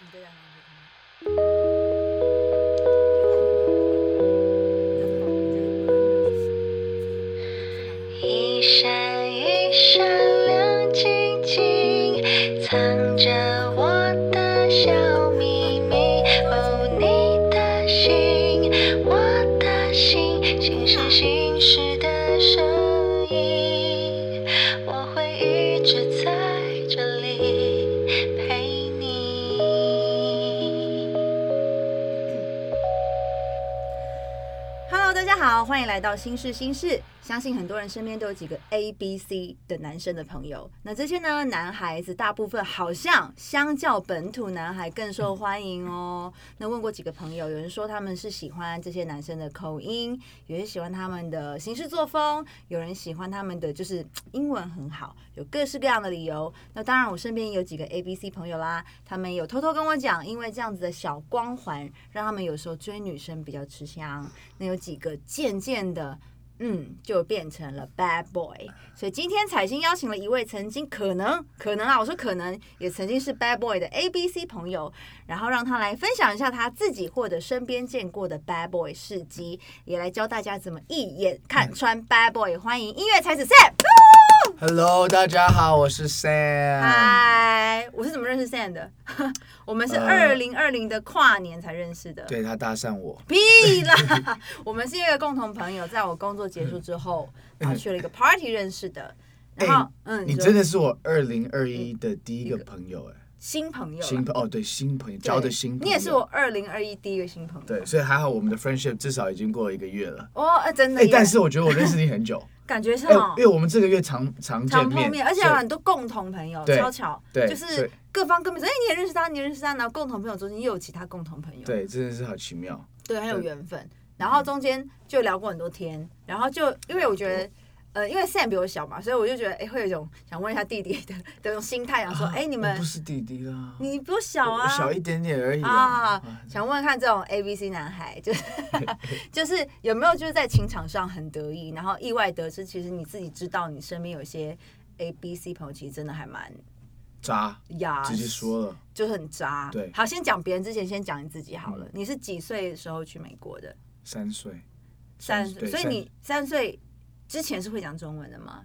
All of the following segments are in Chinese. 你再讲一遍。一闪一闪亮晶晶，藏着我的小秘密。哦，你的心，我的心，心是心事的声音，我会一直在这里陪你。 Hello，大家好，欢迎来到新事新事。相信很多人身边都有几个 A、B、C 的男生的朋友。那这些呢，男孩子大部分好像相较本土男孩更受欢迎哦。那问过几个朋友，有人说他们是喜欢这些男生的口音，有人喜欢他们的行事作风，有人喜欢他们的就是嘖英文很好，有各式各样的理由。那当然，我身边也有几个 A、B、C 朋友啦，他们有偷偷跟我讲，因为这样子的小光环，让他们有时候追女生比较吃香。那有几个渐渐的，嗯，就变成了 bad boy。所以今天彩星邀请了一位曾经可能可能啊，我说可能也曾经是 bad boy 的 A B C 朋友，然后让他来分享一下他自己或者身边见过的 bad boy 事迹，也来教大家怎么一眼看穿 bad boy。欢迎音乐才子 Sam， Hello，大家好，我是 Sam。嗨，我是怎么认识 Sam 的？ 我们是二呃零二零的跨年才认识的。对他搭讪我，屁啦！ 我们是因为一个共同朋友，在我工作结束之嗯后，然后去了一个 party 认识的。然后，嗯，哎你说真的是我二零二一的第一个朋友哎，新朋友啦，新朋哦对新朋友对交的新朋友，你也是我二零二一第一个新朋友。对，所以还好我们的 friendship 至少已经过了一个月了。哦，呃真的哎耶，，但是我觉得我认识你 很久，感觉上哎哦，因为我们这个月常常见常碰面，而且所有以很多共同朋友，对超巧，对就所是以各方各面说，哎，你也认识他，你也认识他，然后共同朋友中间又有其他共同朋友，对，真的是好奇妙。对，很有对缘分。然后中间就聊过很多天，然后就因为我觉嗯得，呃，因为 Sam 比我小嘛，所以我就觉得，哎，会有一种想问一下弟弟的的那种心态，想说，啊哎，你我们不是弟弟啦，你比我小我啊，小一点点而已啊啊。，想问看这种 A B C 男孩，就是 就是有没有就是在情场上很得意，然后意外得知，其实你自己知道你身边有一些 A B C 朋友，其实真的还蛮渣，呀，直接说了，就是很渣。对嗯好，先讲别人之前，先讲你自己好了。你是几岁的时候去美国的？三岁，三，哦对所以三你三岁之前是会讲中文的吗？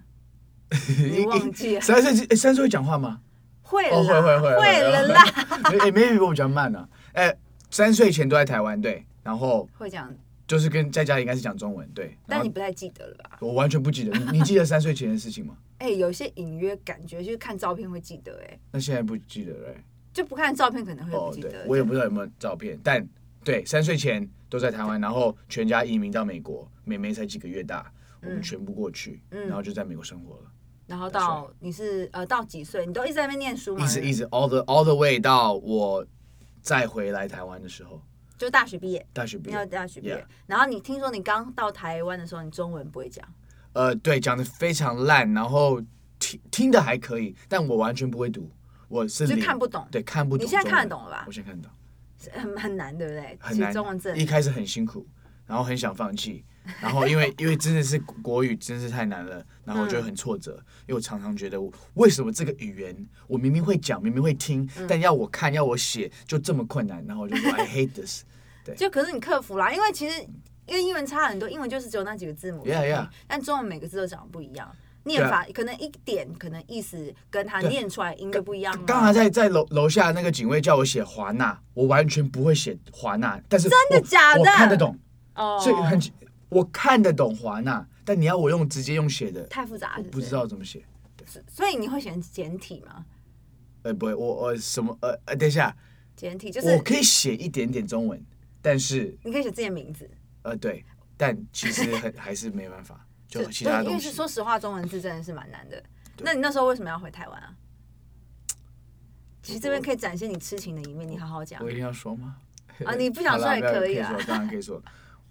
你忘 记了？三岁之哎三岁会讲话吗？会了哦，啦，会会会。会了啦，哎、欸、，maybe 我比较慢啊。哎、三岁前都在台湾，对，然后会讲，就是跟在家里应该是讲中文，对。然但后你不太记得了吧？我完全不记得，你你记得三岁前的事情吗？哎，有些隐约感觉，就是看照片会记得，哎。那现在不记得了、欸。就不看照片可能会不哦，记对得。，我也不知道有没有照片，但对，三岁前都在台湾，然后全家移民到美国，妹妹才几个月大，我们全部过去，嗯然后就在美国生活了，然后到你是呃到几岁？你都一直在那边念书嘛？一直一直 all the all the way 到我再回来台湾的时候，就大学毕业，大学毕你要业，大学毕业 Yeah。然后你听说你刚到台湾的时候，你中文不会讲，呃，对，讲的非常烂，然后听听的还可以，但我完全不会读，我是就零看不懂对，看不懂你中现文。在看得懂了吧我现在看得懂，是很很难，对不对？很其实难。中文字很一开始很辛苦，然后很想放弃，然后因为 因为真的是国语真是太难了，然后我就很挫折，嗯因为我常常觉得我为什么这个语言我明明会讲，明明会听，嗯但要我看要我写就这么困难，然后我就 说 I hate this。就可是你克服啦，因为其实因为英文差很多，英文就是只有那几个字母 Yeah, yeah 但中文每个字都长得不一样，念法可能一点可能意思跟它对念出来音就不一样啊。刚才在在楼楼下那个警卫叫我写华纳，我完全不会写华纳，但是真的假的我看得懂，哦，所以很奇我看得懂华纳，但你要我用直接用写的，太复杂我了，不知。道怎么写。所以你会选简体吗？呃，不会，我我什么呃呃，等一下，简体就是我可以写一点点中文，但是你可以写自己的名字。呃对，但其实很 还是没办法，就对其他对因东为西是。说实话，中文字真的是蛮难的。那你那时候为什么要回台湾啊？其实这边可以展现你痴情的一面，你好好讲我。一定要说吗？啊你不想说好啦也不要可可以啊说，当然可以说。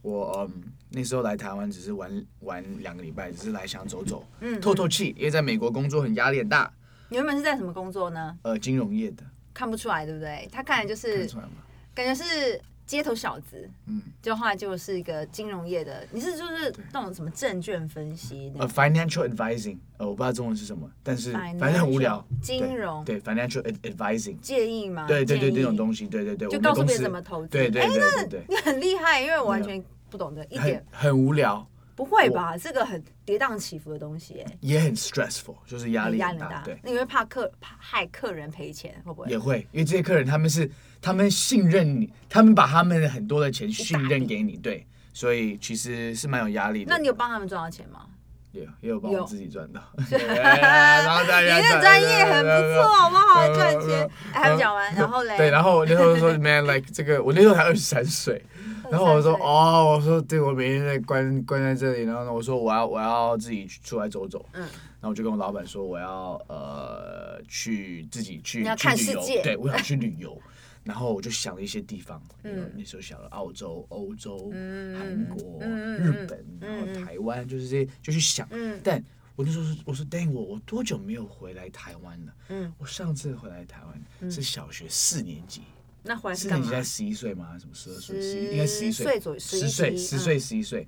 我嗯，那时候来台湾只是玩玩两个礼拜，只是来想走走，嗯透透气，因为在美国工作很压力很大，你原本是在什么工作呢？呃，金融业的，看不出来，对不对？他看来就嗯看是出来吗？感觉是街头小子，嗯，就后来就是一个金融业的，你是就是对那种什么证券分析那呃种，financial advising，呃，我不知道中文是什么，但是 Financial，反正很无聊。金融对对 financial ad- advising，建议吗？对对对，建议这种东西，对对对，我就们告诉公别司人怎么投资。对对哎对对你很厉害，因为我完全不懂的，一对，点很很无聊，不会吧？这个很跌宕起伏的东西，哎，也很 stressful，就是压力压很力很大，大对。。那你会怕客怕害客人赔钱，会不也会？会，因为这些客人他们是他们信任你，他们把他们很多的钱信任给你，对，所以其实是蛮有压力的。那你有帮他们赚到钱吗？也有也有帮有我自己 赚到，然后再你的专业很不错，啊好不好？赚钱。哎还没讲完，然后嘞，对，然后我那时候就说，man like 这个，我那时候才二十三岁，然后我说23岁哦，我说对，我每天在关关在这里，然后呢，我说我要我要自己出来走走，嗯然后我就跟我老板说我要呃去自己去你要去看旅世游界对我想去旅游，然后我就想了一些地方，嗯嗯，那时候想了澳洲、欧洲、嗯韩国、嗯嗯日嗯本，嗯然后嗯台湾，就是这些就去想，嗯但我那时候是我说 d a 我我多久没有回来台湾了？嗯，我上次回来台湾是小学四年级，那回来四是干年级嘛在？十一岁吗？还是什么十二岁？十十一应该十一岁左右十11岁，十岁，嗯十一岁。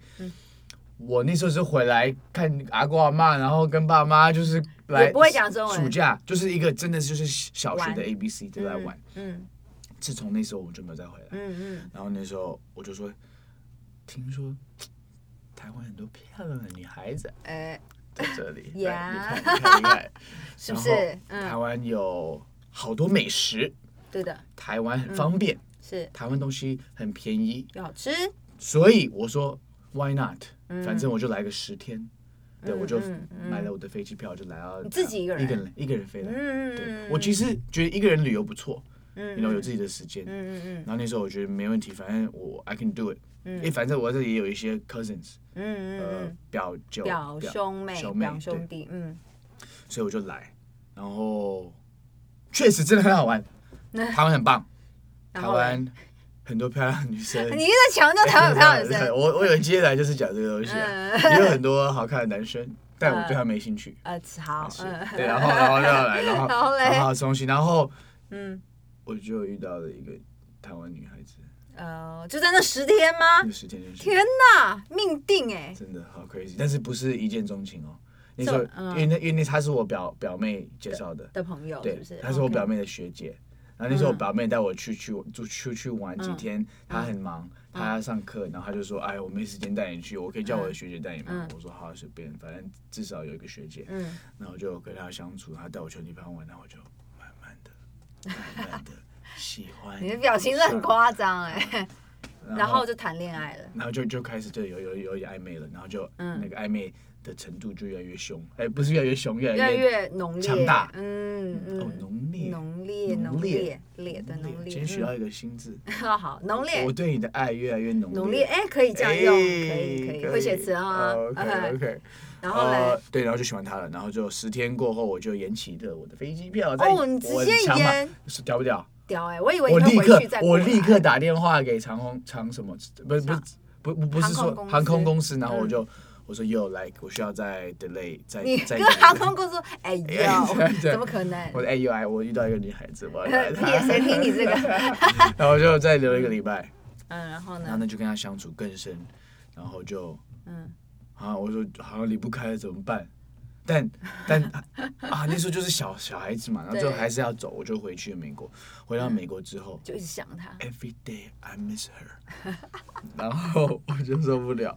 我那时候是回来看阿公阿妈，然后跟爸妈就是来也不会讲中文暑假就是一个真的就是小学的玩 A B C 就来玩。嗯自从那时候我就没有再回来。嗯然后那时候我就说，听说台湾很多漂亮的女孩子嗯，哎，在 这里，对呀你看，你看， 你看，是不是？然后台嗯，湾有好多美食，对的，台湾很嗯方便，是台湾东西很便宜，又好吃。所以我说 Why not？、嗯反正我就来个十天，对，我就嗯嗯买了我的飞机票，就来到啊你自己一个人一个人一个人飞来。对嗯，我其实觉得一个人旅游不错，嗯你知道有自己的时间。嗯嗯然后那时候我觉得没问题，反正我 I can do it，嗯因为反正我这里也有一些 cousins，嗯嗯呃嗯，，表舅、表兄妹、兄妹表兄对弟，嗯，所以我就来，然后确实真的很好 玩，台湾很棒，然台后嘞湾很多漂亮的女生。 你一直在强调台湾有漂亮女生，嗯我我有接下来就是讲这个东西啊，也有很多好看的男生，但我对他没兴趣。呃，好，是嗯，对，然后然后然后来，然后然后嘞然后东西，然后嗯，我就遇到了一个台湾女孩子，呃，就在那十天吗那？时间就是啊天哪，命定哎，真的好 crazy，但是不是一见钟情哦。那时候这嗯因为那因为那她是我表表妹介绍的，的朋友是对不是？，她是我 OK 表妹的学姐。然后那时候我嗯表妹带我去去就出去玩几嗯天，她很忙，她上课，然后她就说：“哎，我没时间带你去，我可以叫我的学姐带你吗嗯？”我说：“好，随便，反正至少有一个学姐。”嗯，然后我就跟她相处，她带我去的地方玩，然后我就慢慢的、慢 慢的喜欢。你的表情是很夸张哎，上，然后就谈恋爱了，然后就就开始就有有有点暧昧了，然后就嗯那个暧昧的程度就越来越凶，哎，不是越来越凶，越越来来越浓烈，强大嗯哦嗯，浓烈浓烈，浓浓烈烈，烈的浓今烈天，学到一个新字，嗯好，浓烈我，对你的爱越来越浓浓烈，哎，可以这样用，可以可以，会写词啊哦 OK OK，哦然后嘞。对，然后就喜欢他了，然后就十天过后我就延期了我的飞机票，在哦你直我的接长马延，是屌不屌？屌哎、我以为我你会立回刻去再过我来啊 立刻打电话给长虹长什么，不是不是不不不是航空说公司航空公司，然后我嗯就我说 Yo like 我需要再 delay 再你再跟航空公司 说，哎呀，对对怎么可能？我的 AU I 哎我遇到一个女孩子，我要带她也谁听 你这个？ 然后就再留一个礼拜， 嗯，然后然后呢？呢就跟她相处更深，然后就嗯，啊，我说好像离不开了怎么办？但但啊那时候就是小小孩子嘛，然后就对嗯还是要走，我就回去了美国。回到美国之后就一直想他。 ，Every day I miss her，然 后我就受不了，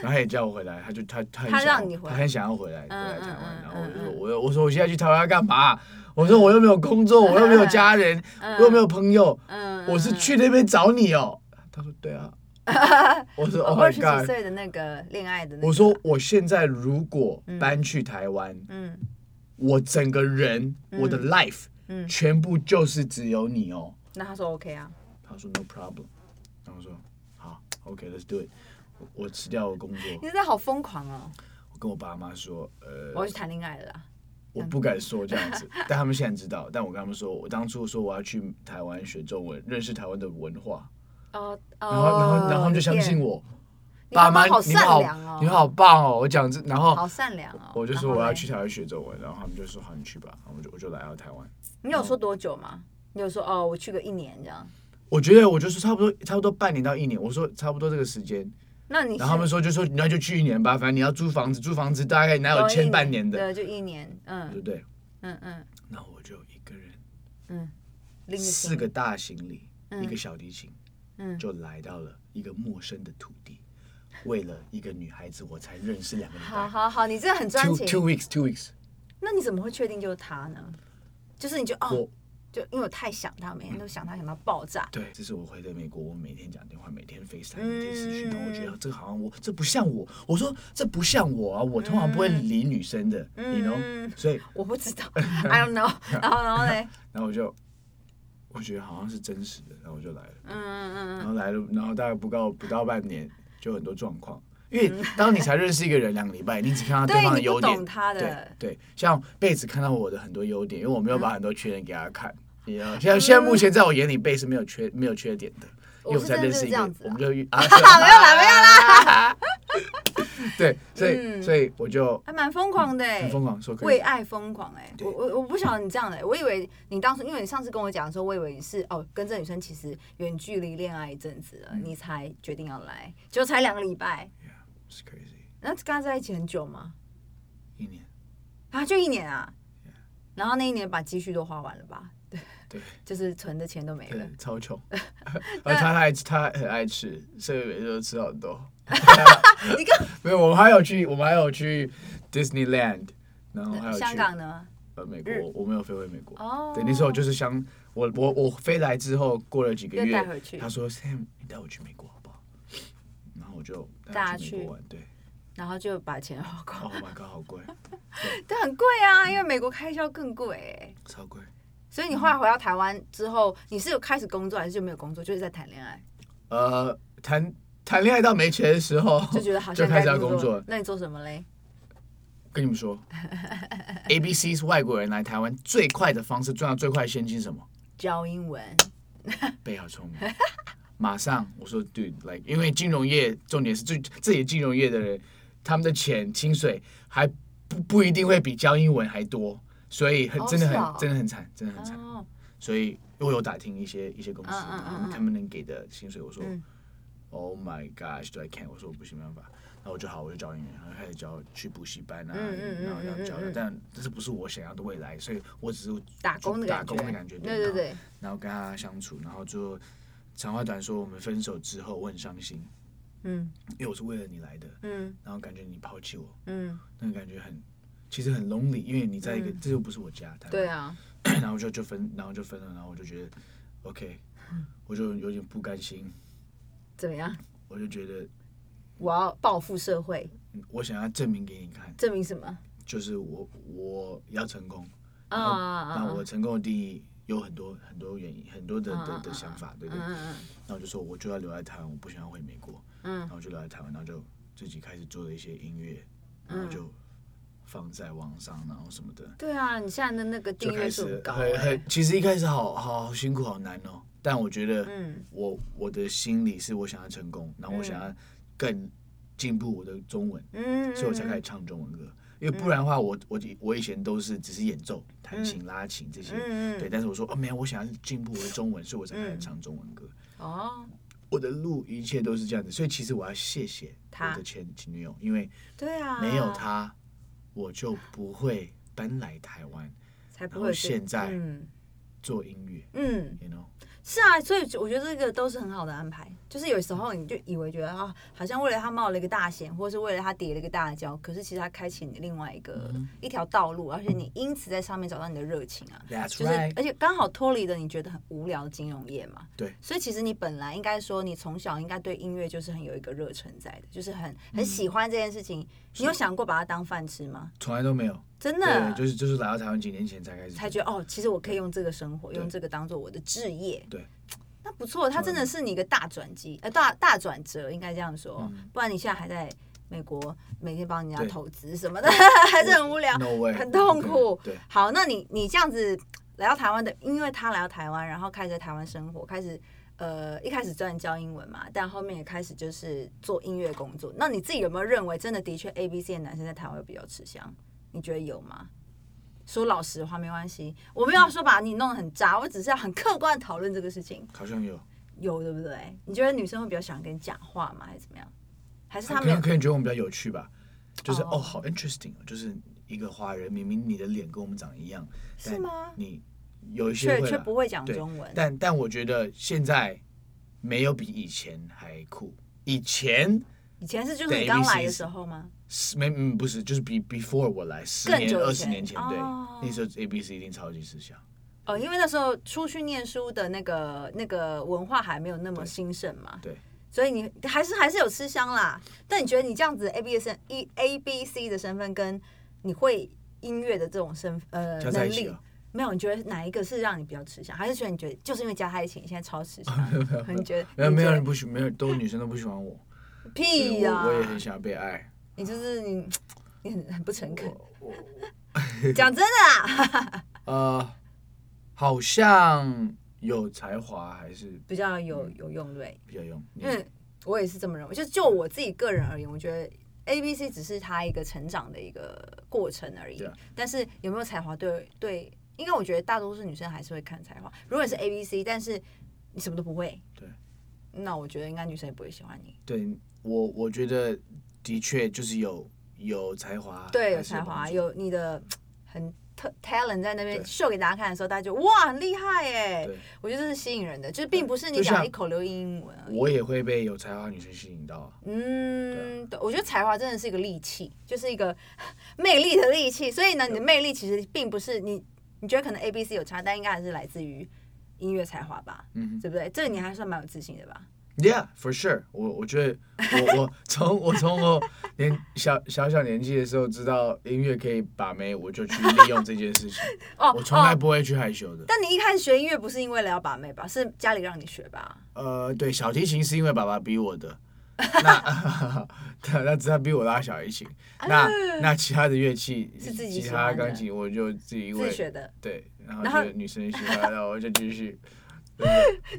然后她也叫我回来，他就他他很她想让要你回来她很想要回来回嗯来台嗯嗯湾，然后我就嗯说嗯我又我说我现在去台湾要干嘛？我说我又没有工作，我又没有家人，我又没有朋友，嗯，我是去那边找你哦。他说对啊。 我说 Oh 哦二 my 十几 God！岁的那个恋爱的那个。我说我现在如果搬去台湾，嗯，我整个人、我的 life，嗯全部就是只有你哦。那他说 OK 啊，他说 No problem，然后我说好，OK，let's、do it 我。我辞掉我工作，你真的好疯狂哦！我跟我爸妈说，呃，我要去谈恋爱了啦。我不敢说这样子， 但他们现在知道。但我跟他们说，我当初说我要去台湾学中文，认识台湾的文化，哦然后，然后，然后他们就相信。我。爸妈，好你们善好良哦，，你们好棒哦！我讲这，然后好善良哦。我就然说后我要嘞去。台湾学中文，然后他们就说好，你去吧。然后我就我就来到台湾，你有说多久吗？你有说哦，我去个一年这样。我觉得我就说差不多差不多半年到一年，我说差不多这个时间，那你然后他们说就说那就去一年吧，反正你要租房子，租房子大概哪有签半年的，对，就一年，对不嗯对？嗯嗯然后我就一个人嗯，拎着四行个李，大行李，嗯一个小提琴，嗯，就来到了一个陌生的土地。为了一个女孩子，我才认识两个礼好拜。好好，你这很专 Two 情。 two weeks, two weeks。那你怎么会确定就是他呢？就是你就哦我，就因为我太想他，每天都想他，想到爆炸。对，这是我回的美国，我每天讲电话，每天 FaceTime，嗯每天视讯，然后我觉得这个好像我，这不像我。我说这不像我啊，我通常不会理女生的，嗯你 you know。所以，我不知 道，I don't know。然 后，然后嘞，然后我就，我觉得好像是真实的，然后我就来了。嗯嗯然嗯后来了，然后大概不到不到半年，就很多状 况。因为当你才认识一个人两个礼拜，你只看到对方的你不优懂点，他的对对，像贝斯看到我的很多优点，因为我没有把很多缺点给他看。你知道现在现在目前在我眼里，贝斯没有缺没有缺点的，因为我是才真的认就是识一这个样人子，啊我们就遇 啊，没有啦，没有啦。 对，所以嗯所以我就还蛮疯狂的、欸，很嗯疯狂说可为以，爱疯狂哎、对我我我不晓得你这样的、我以为你当初，因为你上次跟我讲的时候，我以为你是哦跟这女生其实远距离恋爱一阵子了，嗯你才决定要来，结果才两个礼拜，是 crazy 那跟她在一起很久吗？一年，啊，就一年啊，然后那一年把积蓄都花完了吧？对，对就是存的钱都没了对，，超穷。而他还他很爱吃，所以每天都吃好多。 你看 没有，我们还有去，我们还有去 Disneyland，然后还有去香港呢？呃美日国，我没有飞回美国。哦对，那时候就是香，我我我飞来之后，过了几个又月带回去，他说 Sam，你带我去美国好不好？然后我就大带家我去去美国玩，对然后就把钱花光， ，Oh my god，好贵， 但很贵啊，因为美国开销更贵、欸。超贵。所以你后嗯来回到台湾之后，你是有开始工作还是就没有工作，就是在谈恋爱，呃，谈谈恋爱到没钱的时候，就觉得好像哦就开该始要工工作了那你做什么嘞？跟你们说，A B C 是外国人来台湾最快的方式，赚到最快的现金是什么？教英文。贝好聪明，马上我说 dude like，因为金融业重点是最自己金融业的人，他们的钱薪水还不不一定会比教英文还多，所以很哦真的是很、哦真的很惨，真的很惨。哦，所以我有打听一些一些公司，嗯嗯嗯他们他们能给的薪水，我说、嗯 Oh my gosh, do I can？我说我不行，没办法。然后我就好，我就教英语，然后开始教去补习班啊，嗯嗯嗯然后要教嗯嗯嗯，但这不是我想要的未来，所以我只是哦打工的感觉，打工的感觉，对对对，然后跟他相处，然后就长话短说，我们分手之后我很伤心，嗯因为我是为了你来的，嗯然后感觉你抛弃我，嗯，那个感觉很，其实很 lonely，因为你在一个、嗯这又不是我家，台湾对，啊， 然后就就分，然后就分了，然后我就觉得 OK，我嗯就有点不甘心，怎么样？我就觉得我要报复社会，嗯我想要证明给你看，证明什么？就是我我要成功，啊后啊啊那啊！我成功的定义有很多很多原因，很多的嗯的嗯的嗯想法，对嗯对，嗯嗯那我就说我就要留在台湾，我不想要回美国。嗯然后就来台湾，然后就自己开始做了一些音乐，然嗯后就放在网上，然后什么的，对啊，你现在的那个就订阅开数始很高、很欸，很，其实一开始好好好辛苦，好难哦。但我觉得嗯我我的心里是我想要成功，然后我想要更进步我的中文，嗯，所以我才开始唱中文歌。因为不然的话，我我我以前都是只是演奏、弹琴、拉琴这些，嗯嗯嗯对。但是我说哦，没有，我想要进步我的中文，所以我才开始唱中文歌。哦，我的路一切都是这样子，所以其实我要谢谢他我的前前女友，因为对啊，没有她，我就不会搬来台湾才不会然后有这现在嗯做音乐嗯， ，you know，是啊，所以我觉得这个都是很好的安排。就是有时候你就以为觉得啊，好像为了他冒了一个大险，或是为了他跌了一个大跤，可是其实他开启你另外一个、嗯一条道路，而且你因此在上面找到你的热情啊。 That's 就是 right 而且刚好脱离了你觉得很无聊的金融业嘛，对所以其实你本来应该说，你从小应该对音乐就是很有一个热忱在的，就是很很喜嗯欢这件事情。你有想过把它当饭吃吗？从来都没有，真的对，，就是就是来到台湾几年前才开始，才觉得哦，其实我可以用这个生活，用这个当做我的置业。对，嗯那不错，它真的是你一个大转机，呃，大大转折，应该这样说。不然你现在还在美国，每天帮人家嗯对投资什么的， 还是很无聊 No way，啊很痛苦。对，对好，那你你这样子来到台湾的，因为他来到台湾，然后开始在台湾生活，开始呃一开始专教英文嘛，但后面也开始就是做音乐工作。那你自己有没有认为真的的确 A B C 的男生在台湾会比较吃香？你觉得有吗？说老实话没关系，我没有要说把你弄得很渣，我只是要很客观的讨论这个事情。好像有，有对不对？你觉得女生会比较喜欢跟你讲话吗？还是怎么样？还是他可们有能可能觉得我们比较有趣吧，就是哦哦，好 interesting，哦就是一个华人，明明你的脸跟我们长得一样，是吗？你有一些却会却啦不会讲啊对中文？但但我觉得现在没有比以前还酷，以前以前是就是对你刚来 ABC 的是时候吗？是没嗯不是，就是比 before 我来十更年久以二十前年前，对，哦那时候 A B C 一定超级吃香，哦，因为那时候出去念书的那个那个文化还没有那么对兴盛嘛，对，所以你还是还是有吃香啦。但你觉得你这样子 A B 的身 E A B C 的身份跟你会音乐的这种身呃加在能一起力了，。没有？你觉得哪一个是让你比较吃香？还是觉得你觉得就是因为加在一起，你现在超吃香？你觉得 没有你没觉有得人不喜，没有都女生都不喜欢我，屁对哎呀、我我也很想要被爱。你就是你，你很很不诚恳。我我 讲真的啦，呃，好像有才华还是比较有有用对。比较用。你嗯，我也是这么认为。就就我自己个人而言，我觉得 A B C 只是他一个成长的一个过程而已对啊。但是有没有才华，对对，应该我觉得大多数女生还是会看才华。如果你是 A B C，但是你什么都不会，对，那我觉得应该女生也不会喜欢你。对我我觉得的确就是有有才华，对，有啊还是才华，帮助有你的很特 talent 在那边对秀给大家看的时候，大家就哇很厉害哎对！我觉得这是吸引人的，就是并不是你就像讲一口流利英文啊而已。我也会被有才华的女生吸引到啊。嗯，对，我觉得才华真的是一个利器，就是一个 魅力的利器。所以呢，你的魅力其实并不是你，你觉得可能 A、B、C 有差，但应该还是来自于音乐才华吧，嗯对不对？这个你还算蛮有自信的吧？哼，Yeah for sure 我。我觉得我我从我从我年小小小年纪的时候知道音乐可以把妹，我就去利用这件 事情。哦，我从来哦。不会去害羞的。但你一开始学音乐不是因为了要把妹吧？是家里让你学吧？呃，对，小提琴是因为爸爸逼我的，那他那 只他逼我拉小提琴，那那其他的乐器啊是自己吉喜他、欢的钢琴，我就自己因自为己学的，对，然后然后觉得女生喜欢，然后我就 继续。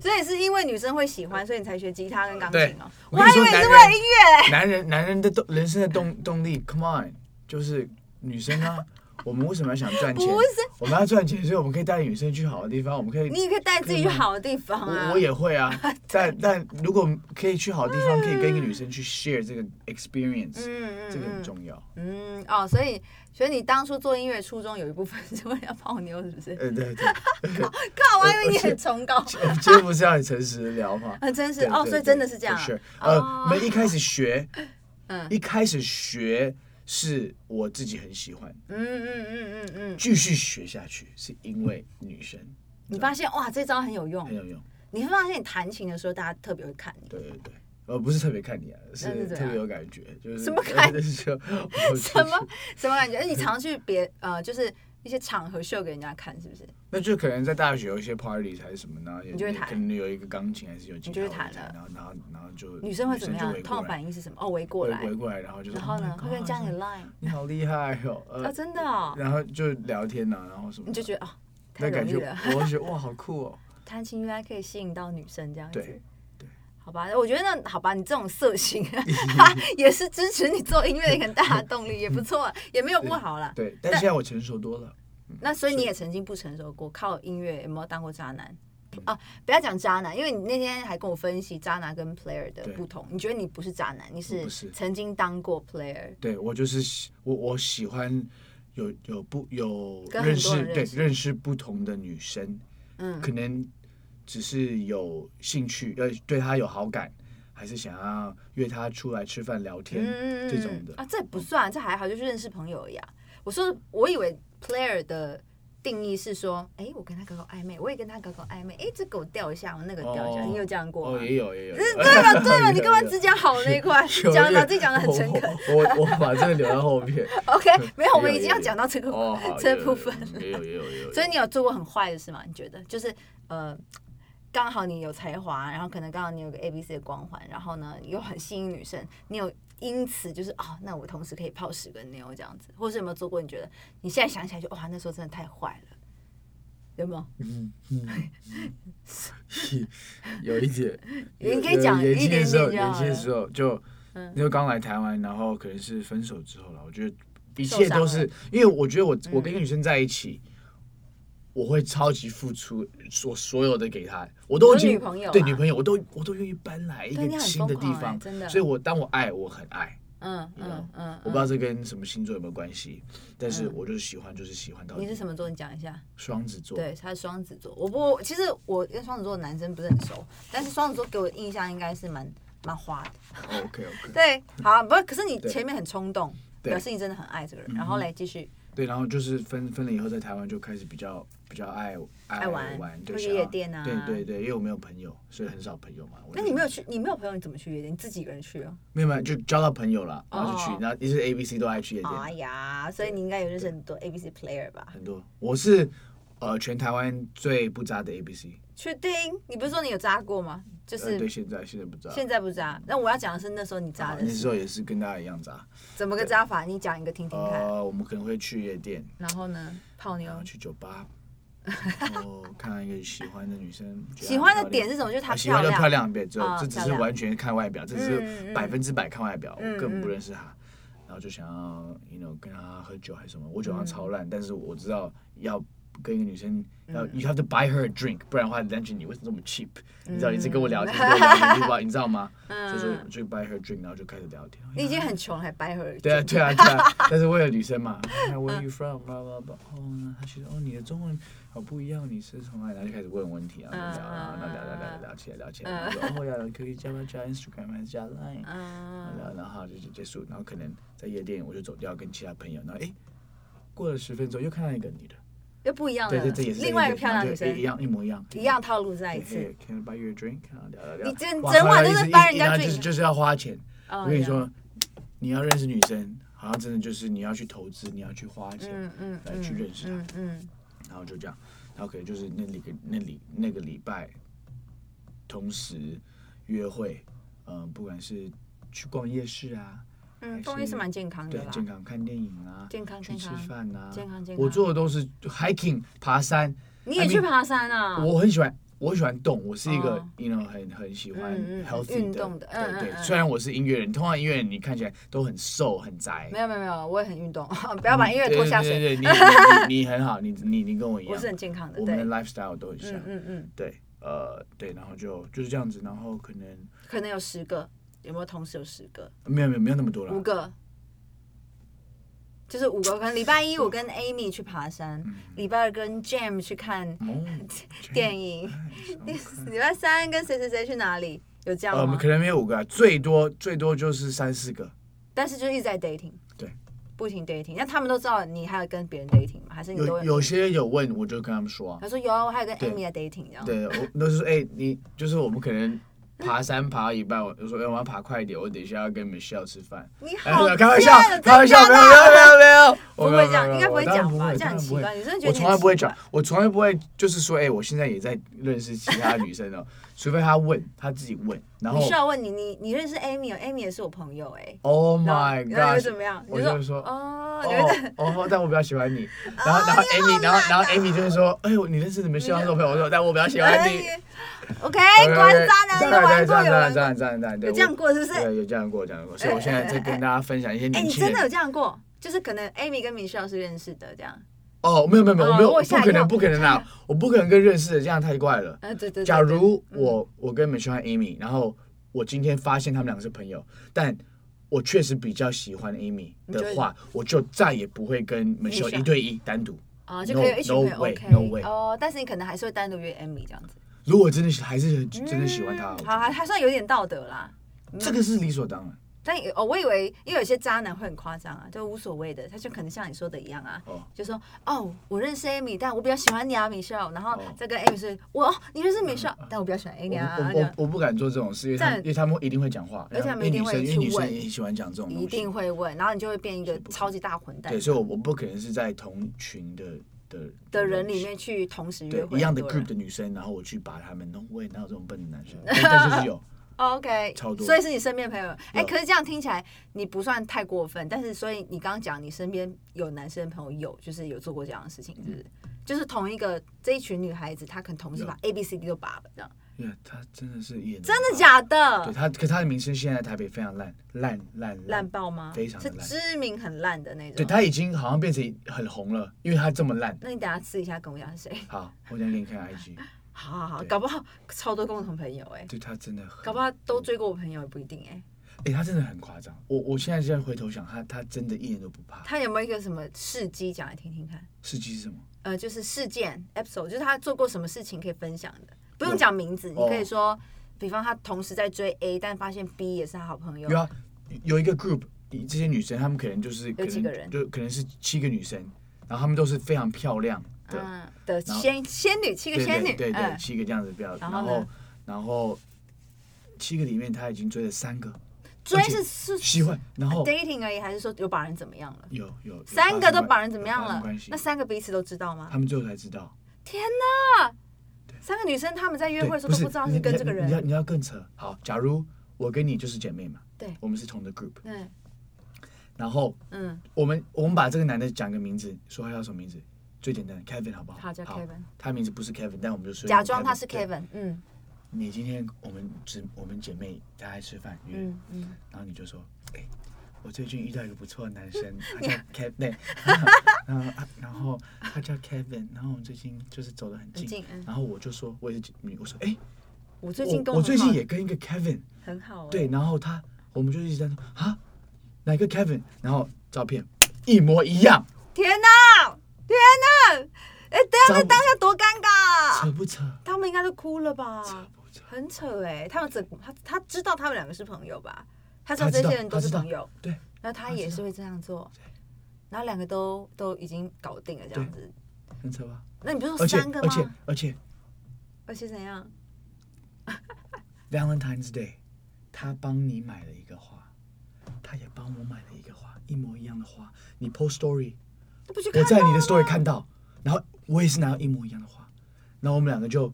所以是因为女生会喜欢，所以你才学吉他跟钢对琴哦。我我跟还你以说为你男是人为了音乐嘞。男人男人的动人生的动动力，Come on，就是女 生啊。我们为什么要想赚钱？不是我们要赚钱，所以我们可以带女生去好的地方，我们可以。 你也可以带自己去好的地方啊！我我也 会啊，但但如果可以去好的地方，可以跟一个女生去 share 这个 experience，、嗯嗯嗯这个很嗯重要。嗯哦，所以所以你当初做音乐初衷有一部分是为了泡妞，是不是？呃，对对，啊靠，我还以为你而且很崇高， 我们今天不是要很诚实的 聊吗？很真实对哦，对所以对真的是这样啊。是哦呃，没一开始学， 嗯一开始学是我自己很喜欢， 嗯嗯嗯嗯嗯，继续学下去是因为女生你发现哇，这招很有很用。有用。你会发现你弹琴的时候，大家特别会看你。嗯对对对，呃，不是特别看你啊，是那是怎特别样有感觉，就是什么感 觉？什什么？什么感觉？你常去别呃，就是一些场合秀给人家看，是不是？那就可能在大学有一些 party 还是什么呢？你就会也弹可能有一个钢琴还是有吉你就会他弹我就了然后然后然后就女生会怎么样就？围通常过来反应是什么？哦，围过围来。围过来，然后就说然后 “Oh 呢 my，会跟人 God，加你这 line 你好厉害哦，啊，呃，真的 哦，然后就聊天呐、然后什么的，你就觉得哦，太那感容易觉，了。我会觉得哇，好酷 哦，弹琴原来可以吸引到女生这样子。对，好吧，我觉得那好吧，你这种色情啊 也是支持你做音乐的一个很大的动力，也不错，也没有不好啦。对，但现在我成熟多了，那所以你也曾经不成熟过，靠音乐有没有当过渣男？啊，不要讲渣男，因为你那天还跟我分析渣男跟 player 的对不同，你觉得你不是渣男，你我是不是曾经当过 player，对我就是喜我我喜欢有有不有跟很认多识人对认识认识不同的女生，嗯可能只是有兴趣，呃，对她有好感，还是想要约她出来吃饭聊天、嗯这种的啊，，这不算，这还好，就是认识朋友而已啊。我说，我以为 player 的定义是说，哎，我跟他搞搞暧昧，我也跟他搞搞暧昧，哎，这狗掉一下，那个掉一下，哦你有这样过吗？哦，也有也有，嗯对了对了，你干嘛 有有只讲好那一块， 有讲有把自己讲的很诚恳。 我我我把这个留到后 面。 OK，没有，我们有已经有要讲到这个哦，好，这有有部分有也有也有也有。所以你有做过很坏的事吗？你觉得就是呃，刚好你有才华，然后可能刚好你有个 A B C 的光环，然后呢又很吸引女生，你有因此就是哦，那我同时可以泡十个妞这样子，或是有没有做过？你觉得你现在想起来就哇，那时候真的太坏了，有没有？嗯 有一点，你可以有讲有一年轻的点时候，点就年好轻的了时候就嗯，就刚来台湾，然后可能是分手之后了。我觉得一受切都伤了嗯是因为我觉得我我跟一个女生在一起，我会超级付出我所有的给他，我都已经你的女朋友啊对女朋友，我都我都愿意搬来一对你个很新的疯地狂方欸，真的所以我当我爱，我很爱。嗯你知道嗯嗯，我不知道这跟什么星座有没有关系，但是我就是喜欢，就是喜欢到你是底。什么座？你讲一下。双子座，对，他是双子座。我不，其实我跟双子座的男生不是很熟，但是双子座给我的印象应该是蛮蛮花的。 ，OK OK，对，好，不，可是你对前面很冲动，对嗯表示你真的很爱这个人。然后来继续对，然后就是分分了以后，在台湾就开始比较比较爱爱爱玩玩，会对，去想要夜店啊对对对，因为我没有朋友，所以很少朋友嘛。我那就你没有是去，你没有朋友，你怎么去夜店？你自己一个人去哦。没有没有，就交到朋友了，然后就去哦，然后一直 A B C 都爱去夜店，哎呀，所以你应该有认识很多 A B C player 吧？很多。我是呃全台湾最不渣的 A B C，确定？你不是说你有渣过吗？就呃，是对，现在现在不渣，现在不渣。那我要讲的是那时候你啊渣的那事，时候也是跟大家一样渣。怎么个渣法？你讲一个听听看。哎呃，我们可能会去夜店，然后呢，泡妞然后。去酒吧，然后看到一个喜欢的女生，觉得喜欢她的很漂亮点是什么？就是她啊喜欢就漂漂亮。亮，别这啊这只漂是亮完全看外表，这只嗯嗯是百分之百看外表，嗯我根本不嗯认识她。然后就想要，you know，跟她喝酒还是什么？我酒嗯量超烂，但是我知道要跟一个女生嗯要、you have to buy her a drink，不然的话，人家觉得你为什么这么 cheap？、你知道，一直跟我嗯聊天，跟我聊天，你知道你知道 吗？就是就 buy her a drink，然后就开始聊天。你已经很穷了，还掰回对啊， 对啊，对啊，但是为了女生嘛哎，Where are you from？blah 嗯 blah blah。哦，他觉得哦，你的中文好不一样，你是从哪里？然后就开始问问嗯题啊，然后聊啊，然后聊聊聊聊起来，聊起来，然后说哦，要可以加不加 Instagram 还是加 Line？嗯，然后然后就就结束，然后可能在夜店我就走掉，跟其他朋友，然后哎，过了十分钟又看到一个女的，又不一样对了。对，这也是嗯在另外一夜个漂店亮然后女就生一，样一模一样，一样套路再一次。 Hey, Can I buy you a drink？然后聊聊聊，你整哇整晚靠都在一直帮人家一然后 drink 就是就是要花钱。哦我跟你了说，你要认识女生，好像真的就是你要去投资，你要去花钱嗯嗯来去认识她，嗯嗯，然后就这样，然后可能就是那里个那里那个礼拜，同时约会，嗯、不管是去逛夜市啊，嗯，还中医是蛮健康对嗯的啦。健康看电影啊，健康去健吃康饭啊，健康健我康做的都是 hiking 爬山，你也 I mean，去爬山啊？我很喜欢，我很喜欢动，我是一个、哦 you know 很很喜欢嗯嗯 healthy 运动的的，嗯对嗯对。嗯虽然我是音乐人，通常音乐人你看起来都很瘦很宅没，有没有没有，我也很运动， 不要把音乐拖下水。嗯对对对对，你你你你很好，你你你跟我一样，我是很健康的，我对们的，lifestyle 都很像嗯，嗯嗯，对，呃，对，然后就就是这样子，然后可能可能有十个，有没有同时有十个？没有没有没有那么多了五，个，就是五个。可能礼拜一我跟 Amy 去爬山，嗯礼拜二跟 Jam 去看 哦，电 影， 礼拜三跟谁谁谁去哪里？有这样嗯呃，我吗们？可能没有五个啊，最多最多就是三四个，但是就一直在 dating，对，不停 dating。那他们都知道你还有跟别人 dating 吗？还是你都有会有些有问我就跟他们说啊，他说有啊，我还有跟对 Amy 在 dating 这样。 对，我都是说，哎、你就是我们可能爬山爬到一半，我就说，哎、我要爬快一点，我等一下要跟 Michelle 吃饭。你哎没好贱，啊有开玩笑，开玩笑，真没的有没有没有没有，我不没有会没这有样没应有该不会我当然讲不吧会这样很当然不奇会怪你真的觉得我你从很来不会奇怪讲，我从来不会就是说，哎、我现在也在认识其他女生哦，除非她问，她自己问，然后你需要问你，你你认识 Amy 哦，Amy 也是我朋友哎、 Oh 然后 my 然后又 god，怎么样？我你就就会说，哦，你哦会哦在哦，但我比较喜 欢你。然后然后 Amy，然后啊然后 Amy 就会说，哎呦，你认识你们学校的朋友？我说，但我 比较喜欢你。哎 OK，哎，果然渣男有玩过有渣玩过，男，渣男，渣男，渣男，对有这样过是不是？对，有这样过，这样过，所以我现在在跟大家分享一些哎、年你轻真的有人。这样过？就是可能 Amy 跟 Michelle 是认识的这样。哦，没有没有没有，我没有，哦我我不吓一可能，跳不可能啊！我不可能跟认识的这样太怪了。呃，对对对。假如我我跟 Michelle 和 Amy，然后我今天发现他们两个是朋友，但我确实比较喜欢 Amy 的话，我就再也不会跟 Michelle Michelle 一对一单独。啊、就可以有一群朋友 No- no way- OK， no way 哦，但是你可能还是会单独约 Amy 这样子。如果真的还是很真的喜欢他，我嗯觉好，还得还算有点道德啦。这个是理所当然。但也哦，我以为因为有些渣男会很夸张啊，就无所谓的，他就可能像你说的一样啊，哦就说哦，我认识 Amy，但我比较喜欢你啊，Michelle。然后哦再跟 Amy 说，我哦你认识 Michelle，但我比较喜欢 Amy 啊我，不这我样我我不敢做这种事，因为他们但因为他们一定会讲话，而且他们一定因为女会生因为去女生问也喜欢讲这种东西，一定会问，然后你就会变一个超级大混蛋对，所以我我不可能是在同群的的的人里面去同时约对会一样的很多人 group 的女生，然后我去把她们弄，我也哪有这种笨的 男生？但但就是有，哦 OK，超多所以是你身边朋友。哎、有可是这样听起来你不算太过分，但是所以你刚刚讲你身边有男生朋友有，就是有做过这样的事情，是不是？就是同一个这一群女孩子，她可能同时把 A、B、C、D 都拔了，这样呀，他真的是演真的的假好？的？对他，可他的名声现在台北非常烂，烂烂烂。哦爆吗？非常是的烂知名很烂的那种。对，他已经好像变成很红了，因为他这么烂。那你等下私底下跟我讲是谁？好，我等一 下给你看 IG，好好好，对搞不好超多共同朋友哎、对他真的很，搞不好都追过我朋友也不一定哎、哎、他真的很夸张。我我现在现在回头想，他他真的一点都不怕。他有没有一个什么事迹讲来听听看？事迹是什么？呃，就是事件 episode，就是他做过什么事情可以分享的，不用有讲名字，你哦可以说，比方他同时在追 A，但发现 B 也是他好朋友有，啊，有一个 group，这些女生她们可能就是可有能几个人就可能是七个女生，然后她们都是非常漂亮的，嗯的然后仙仙女，七个对仙对女，对对，嗯，七个这样子漂亮，然然后后呢然后七个里面她已经追了 三个，追而且是是喜欢，然后 dating 而已，还是说有把人怎么样了？有有有三个发生都关把人怎么有样发生了关？系那，三个彼此都知道吗他？们最后才知道。天哪！三个女生她们在约对，会的时候都不知道是跟这个你要人，你要更扯。好，假如我跟你就是姐妹嘛，对我们是同的 group，对，然后嗯，我们我们把这个男的讲个名字，说他叫什么名字，最简单，Kevin 好不好？好叫 Kevin 他名字不是 Kevin，但我们就说假装他是对 Kevin，嗯你今天我们只我们姐妹大家吃饭，约嗯嗯，然后你就说，哎，我最近遇到一个不错的男生，他 叫 Kevin，对然后啊然后他叫 Kevin，然后我们最近就是走得很很近近，，嗯，然后我就说我也是姐妹，我说哎，我最近跟我很我最好哦近也跟一个 Kevin。很好，啊对，，然后他我们就一直在说啊，哪个 Kevin？然后照片一模一样，天哪，天哪！哎，等一下糟那当下多尴尬扯啊，不扯？他们应该都哭了吧？扯不扯？很扯哎，他们怎他他知道他们两个是朋友吧？他知道他这知道些人都他是知道朋友，对然后他他知也是道会这样做，然后两个都都已经搞定了这样子。很扯吧？那你不是而说且哦三个而且吗？而且而且怎样？ Valentine's Day，他帮你买了一个花，他也帮我买了一个花，一模一样的花。你 post story，那不去看我在到你的了 story 吗看到，然后我也是拿到一模一样的花，然后我们两个就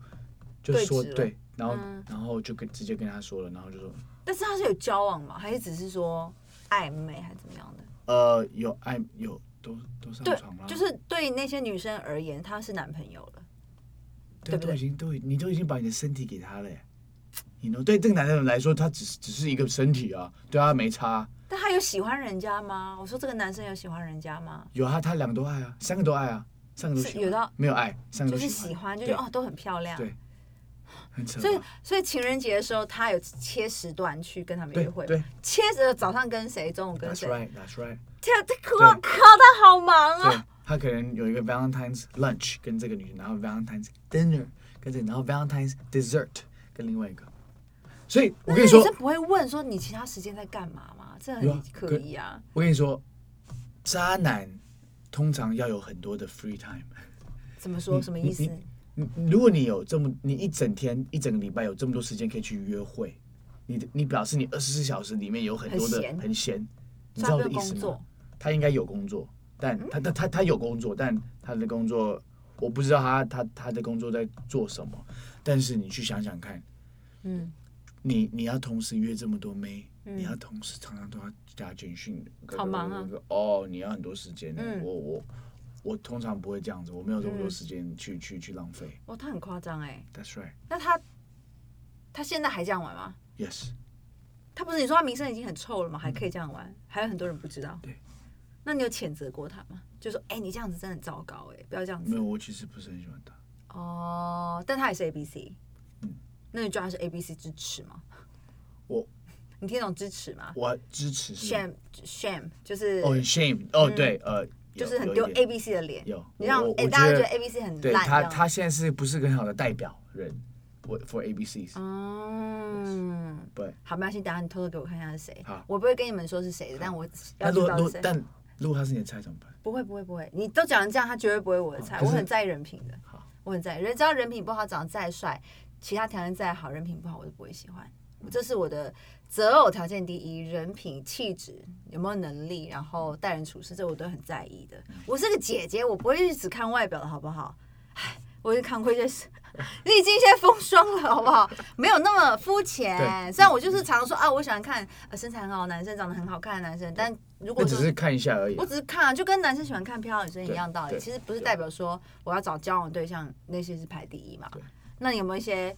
就对说峙了对，然后嗯然后就跟直接跟他说了，然后就说但是他是有交往吗？还是只是说暧昧，还是怎么样的？呃有爱有都都上对床了，，就是对那些女生而言，他是男朋友了。对对，不都对已经都已你都已经把你的身体给他了耶，你 know 对这个男人来说，他只是只是一个身体啊，对他没差，但他有喜欢人家吗？我说这个男生有喜欢人家吗？有啊，他两个都爱啊，三个都爱啊，三个都是喜欢，有到没有爱，三个就都是喜喜欢，欢，就对觉得哦都很漂亮。对，很扯吧，所以所以情人节的时候，他有切时段去跟他们对约会，对切着早上跟谁，中午跟，That's 谁。 right，That's right，天啊，这我靠，他好忙对啊！，他可能有一个 Valentine's lunch 跟这个女生，然后 Valentine's dinner 跟这个，然后 Valentine's dessert 跟另外一个，所以那我跟你女说，生不会问说你其他时间在干嘛吗？这有啊很可跟以啊。我跟你说，渣男通常要有很多的 free time。怎么说？什么意思你？你你如果你有这么，你一整天一整个礼拜有这么多时间可以去约会，你的你表示你二十四小时里面有很多很的闲很闲，你所以他知道不我的用意思工吗作？，嗯他应该有工作，但他他他他有工作，但他的工作我不知道他他他的工作在做什么，但是你去想想看，嗯，你你要同时约这么多妹，嗯你要同时常常都要加简讯，好忙啊！哦，你要很多时间呢、嗯我我我通常不会这样子，我没有这么多时间去、去去浪费。哇，他很夸张哎。 That's right, 那他他现在还这样玩吗？ yes。他不是你说他名声已经很臭了吗？还可以这样玩，还有很多人不知道。嗯对，那你有谴责过他吗？就说哎、你这样子真的很糟糕哎、不要这样没子有，。我其实不是很喜欢他。哦，但他也是 A B C，嗯那你觉得他是 A B C 支持吗？我 你听懂支持吗我支持是？Shame shame 就是、哦很 shame 哦、对呃有嗯就是很有一丢点 A B C 的脸，有你让我我哎、我大家觉觉得得 A B C 很对烂这他样，他现在是不是很好的代表人？我 for A B C 嗯。对。好，没关系，等一下你偷偷给我看一下是谁好。我不会跟你们说是谁的，但我要但知如果道是如果谁。但如果他是你的菜怎么办？不会不会不会，你都讲成这样，他绝对不会我的菜。可我是很在意人品的好，我很在意人，只要人品不好，长得再帅，其他条件再好，人品不好我都不会喜欢。这是我的择偶条件第一，人品、气质有没有能力，然后待人处事，这我都很在意的。我是个姐姐，我不会只看外表的好不好？ 唉，我已经看过一些事， 你已经现在风霜了好不好？没有那么肤浅。对虽然我就是常说啊，我喜欢看呃身材很好的男生，长得很好看的男生，但如果那只说是看一下而已啊、我只是看啊，就跟男生喜欢看漂亮女生一对样道理。对其实不是对代表说我要找交往对象那些是排第一嘛对。那你有没有一些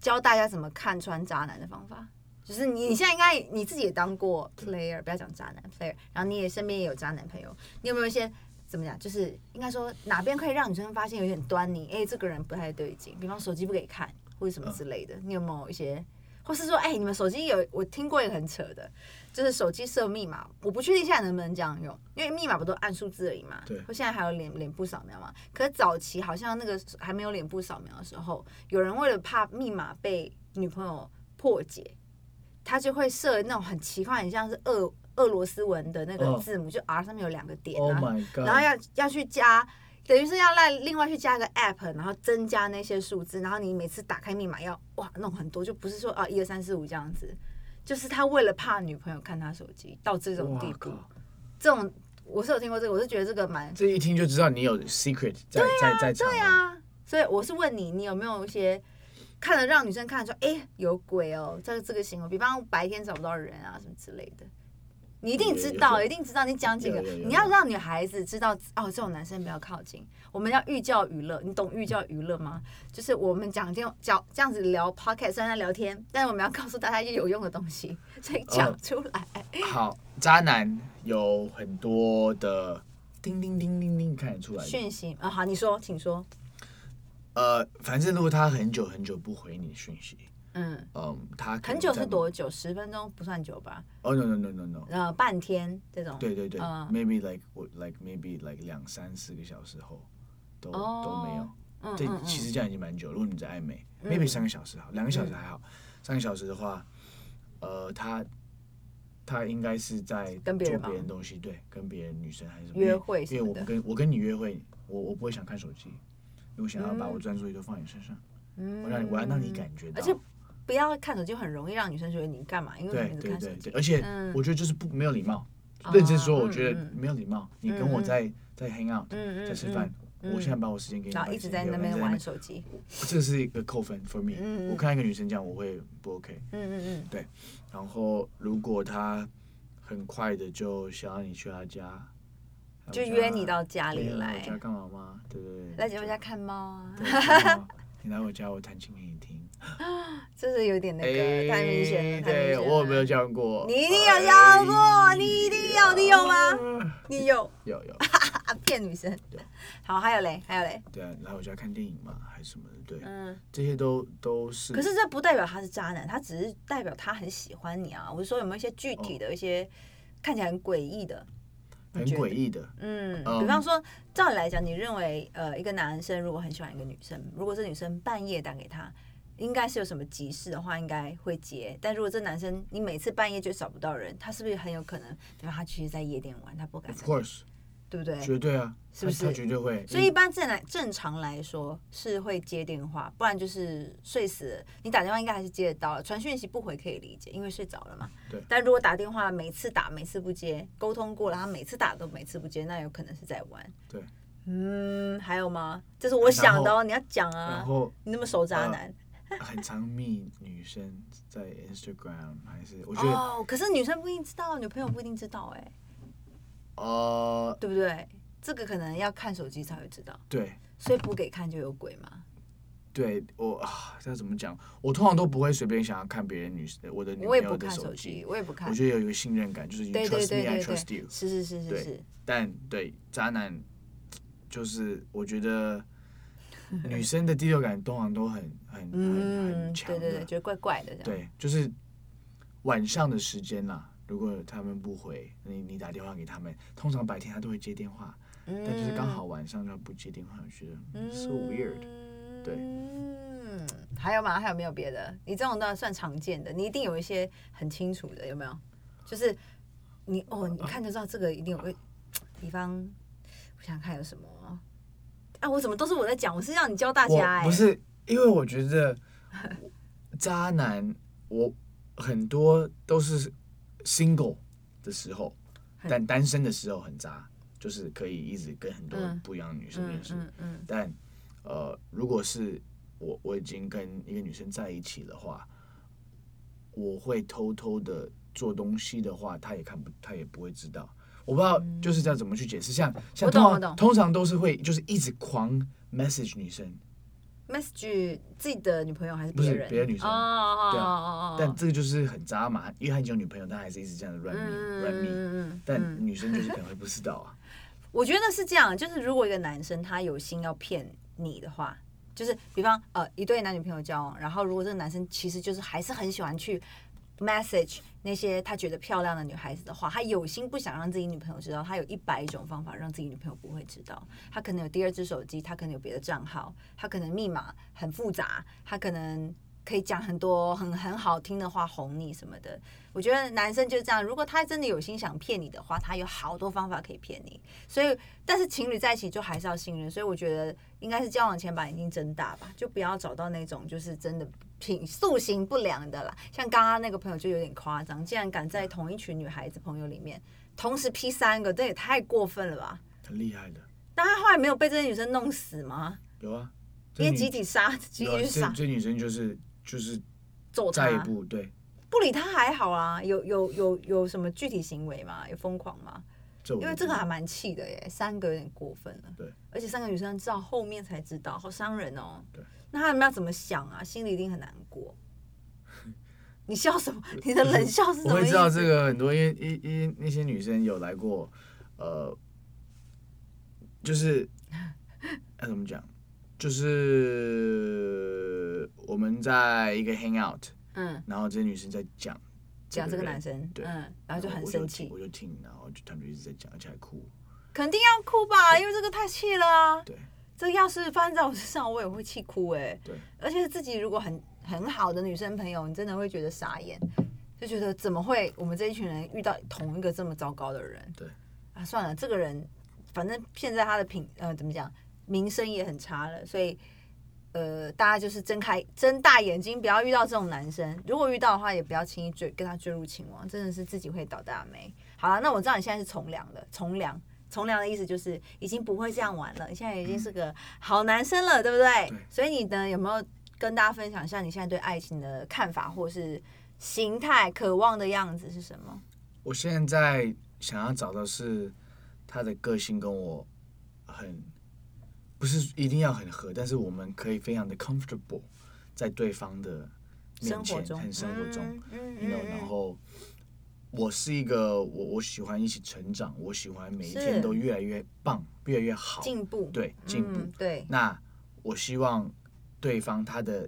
教大家怎么看穿渣男的方法？就是你你现在应该你自己也当过 player，不要讲渣男 player，然后你也身边也有渣男朋友，你有没有一些怎么讲？就是应该说哪边可以让女生发现有点端倪？哎、这个人不太对劲，比方手机不给看或者什嗯么之类的，你有没有一些？或是说，哎、你们手机有我听过一个很扯的，就是手机设密码，我不确定现在能不能这样用，因为密码不都按数字而已嘛。对或现在还有脸脸部扫描嘛？可是早期好像那个还没有脸部扫描的时候，有人为了怕密码被女朋友破解，他就会设那种很奇怪，很像是俄俄罗斯文的那个嗯字母，就 R 上面有两个点，Oh 啊 my god！然后要要去加，等于是要赖另外去加个 app，然后增加那些数字，然后你每次打开密码要哇弄很多，就不是说啊一二三四五这样子，就是他为了怕女朋友看他手机到这种地哇步，靠，这种我是有听过这个，我是觉得这个蛮这一听就知道你有 secret 在在在藏对啊。啊，所以我是问你，你有没有一些看了让女生看说，哎、有鬼哦，这个这个行为，比方白天找不到人啊什么之类的，你一定知道，有有有一定知道，你讲几个，有有有有你要让女孩子知道，哦，这种男生不要靠近，我们要寓教于乐，你懂寓教于乐吗？就是我们讲这种讲这样子聊 podcast，虽然在聊天，但是我们要告诉大家一些有用的东西，所以讲出来。好，渣男有很多的叮叮叮叮叮看得出来的。讯息啊，好，你说，请说。呃，反正如果他很久很久不回你的讯息，嗯，嗯，他可能很久在是多久？十分钟不算久吧？哦、no no no no no，呃，半天这种。对对对、嗯 m a y b e like 我 like maybe like 两三四个小时后都、都没有哦。嗯对嗯，嗯其实这样已经蛮久了。如果你在暧昧、嗯 m a y b e 三个小时好，两个小时还好。三个小时的话，呃，他他应该是在跟别人做忙别人东西，对，跟别人女生还是什么约会因为因为什么我的不跟我跟你约会，我我不会想看手机，因为我想要把嗯我专注力都放你身上，嗯我让你我要让你感觉到。而且不要看手机，很容易让女生觉得你干嘛？因为对你一直对看手对机。对，而且嗯我觉得就是不没有礼貌。啊认真说，我嗯觉得嗯没有礼貌。你跟嗯我嗯在在 hang out，嗯嗯在吃饭，嗯我现在把我时间给你，然把后你一直时在间给那我边玩手机。这是一个扣分 for me 嗯嗯。我看到一个女生这样，我会不 OK。嗯嗯然后如果她很快的就想要你去她家，来我就家约你到家里嗯对啊来来我家干嘛吗？对对对，嗯，来姐我夫家看猫啊，看。你来我家，我弹琴给你听。这是有点那个太明显了，太明哎对显我有没有了？这样过？你一定有这样过哎你一定有你有吗呀你有有 有。啊，骗女生有。好，还有嘞，还有嘞，对啊，来我家看电影嘛，还是什么的，对，嗯，这些都都是。可是这不代表他是渣男，他只是代表他很喜欢你啊。我是说有没有一些具体哦的一些看起来很诡异的？很觉得诡异的，嗯，嗯比方说，照理来讲，你认为呃，一个男生如果很喜欢一个女生，如果这女生半夜打给他，应该是有什么急事的话，应该会接。但如果这男生你每次半夜就找不到人，他是不是很有可能，比方他其实在夜店玩，他不敢 Of，course，对不对？绝对啊，哎是不他他是绝对会。所以一般正来正常来说是会接电话，不然就是睡死了。你打电话应该还是接得到，传讯息不回可以理解，因为睡着了嘛。对但如果打电话每次打每次不接，沟通过了，他每次打都每次不接，那有可能是在玩。对。嗯，还有吗？这是我想的然哦，后你要讲然啊。后呃你那么熟渣男、很常密女生在 Instagram 还是我觉得哦，可是女生不一定知道，女朋友不一定知道、哎，呃对不对？这个可能要看手机才会知道，对所以不给看就有鬼嘛。对我啊，这要怎么讲？我通常都不会随便想要看别人女生我的女我朋也不友的看手机机，。我也不 看我。觉得有一个信任感，就是 you 对对 trust 对 me, I 对 trust 对 you，。是是是是对是，但对渣男，就是我觉得女生的第六感通常都很很很嗯，很强对的，对对，觉得怪怪的这样。对，就是晚上的时间啦。如果他们不回，你你打电话给他们，通常白天他都会接电话，嗯，但就是刚好晚上他不接电话，我觉得、嗯、so weird。对嗯，还有吗？还有没有别的？你这种都算常见的，你一定有一些很清楚的，有没有？就是你哦，啊你看就知道这个一定有。比方，我想想看有什么啊？我怎么都是我在讲？我是让你教大家哎、我不是因为我觉得渣男，我很多都是 single 的时候，很但单身的时候很渣，就是可以一直跟很多嗯不一样的女生嗯认识。嗯嗯但呃，如果是我我已经跟一个女生在一起的话，我会偷偷的做东西的话，她也看不，她也不会知道。我不知道就是要怎么去解释，像嗯像我懂通我懂常通常都是会就是一直狂 message 女生， message 自己的女朋友还是不别是人？别的女哦生。哦对啊哦哦但这个就是很渣嘛，因为他已经有女朋友，但还是一直这样子乱迷乱迷。嗯但女生就是可能会不知道啊，我觉得是这样，就是如果一个男生他有心要骗你的话，就是比方呃一对男女朋友交往，然后如果这个男生其实就是还是很喜欢去 message 那些他觉得漂亮的女孩子的话，他有心不想让自己女朋友知道，他有一百种方法让自己女朋友不会知道。他可能有第二只手机，他可能有别的账号，他可能密码很复杂，他可能。可以讲很多很很好听的话哄你什么的，我觉得男生就是这样。如果他真的有心想骗你的话，他有好多方法可以骗你。所以，但是情侣在一起就还是要信任，所以我觉得应该是交往前把眼睛睁大吧，就不要找到那种就是真的品塑形不良的啦。像刚刚那个朋友就有点夸张，竟然敢在同一群女孩子朋友里面同时劈三个，这也太过分了吧？很厉害的。但他后来没有被这些女生弄死吗？有啊，因这为女集体杀，集有啊体去这杀这女生就是就是揍他再也，不对不理他还好啊。有有有有什么具体行为吗？有疯狂吗？这我因为这个还蛮气的耶，三个有点过分了。对，而且三个女生知道后面才知道，好伤人哦。对，那他们要怎么想啊？心里一定很难 过。你笑什么？你的冷笑是什我么会意知道思？这个很多，因为因因那些女生有来过，呃，就是要怎么讲，就是我们在一个 hang out，嗯，然后这些女生在讲讲这个人男生，对，嗯，然后就很我生气听我，就听，然后就他们就一直在讲，而且还哭，肯定要哭吧，因为这个太气了啊。对这要是发生在我身上，我也会气哭哎、对，而且自己如果很很好的女生朋友，你真的会觉得傻眼，就觉得怎么会我们这一群人遇到同一个这么糟糕的人？对，啊，算了，这个人反正现在他的品呃怎么讲，名声也很差了，所以呃大家就是睁开睁大眼睛，不要遇到这种男生。如果遇到的话，也不要轻易坠跟他坠入情网，真的是自己会倒大霉。好了，那我知道你现在是从良了，从良。从良的意思就是已经不会这样玩了，你现在已经是个好男生了，对不对？对所以你呢，有没有跟大家分享一下你现在对爱情的看法，或是形态、渴望的样子是什么？我现在想要找的是他的个性跟我很不是一定要很合，但是我们可以非常的 comfortable 在对方的面生活前，中，很生活中，嗯， you know，然后我是一个我我喜欢一起成长，我喜欢每一天是都越来越棒，越来越好，进步，对进步。嗯对，那我希望对方他的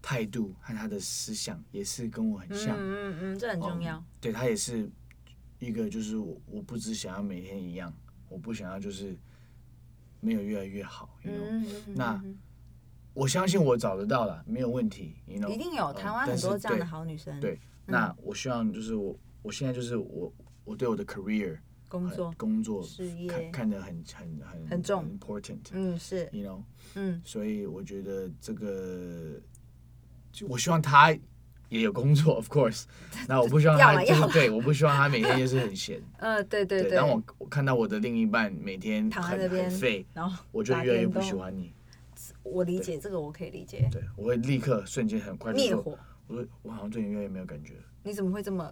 态度和他的思想也是跟我很嗯像，嗯嗯，这很重要嗯，对他也是一个，就是我我不只想要每天一样，我不想要就是没有越来越好。You know? 嗯，嗯嗯那嗯我相信我找得到了，没有问题。You know? 一定有嗯台湾很但是多这样的对好女生，对，那我希望就是我我现在就是我我对我的 career 工很作，工作事业看看得很很很很重 important。嗯，是， You know，嗯，所以我觉得这个，就我希望他也有工作 ，of course。那我不希望要他嘛就要是嘛对，我不希望他每天就是很闲。呃，对对对，当我我看到我的另一半每天躺在很那边很废，然后我就打越来越电不动喜，欢你。我理解这个，我可以理解，对，我会立刻瞬间很快就灭说，火，我说我好像对你越来越没有感觉了。你怎么会这么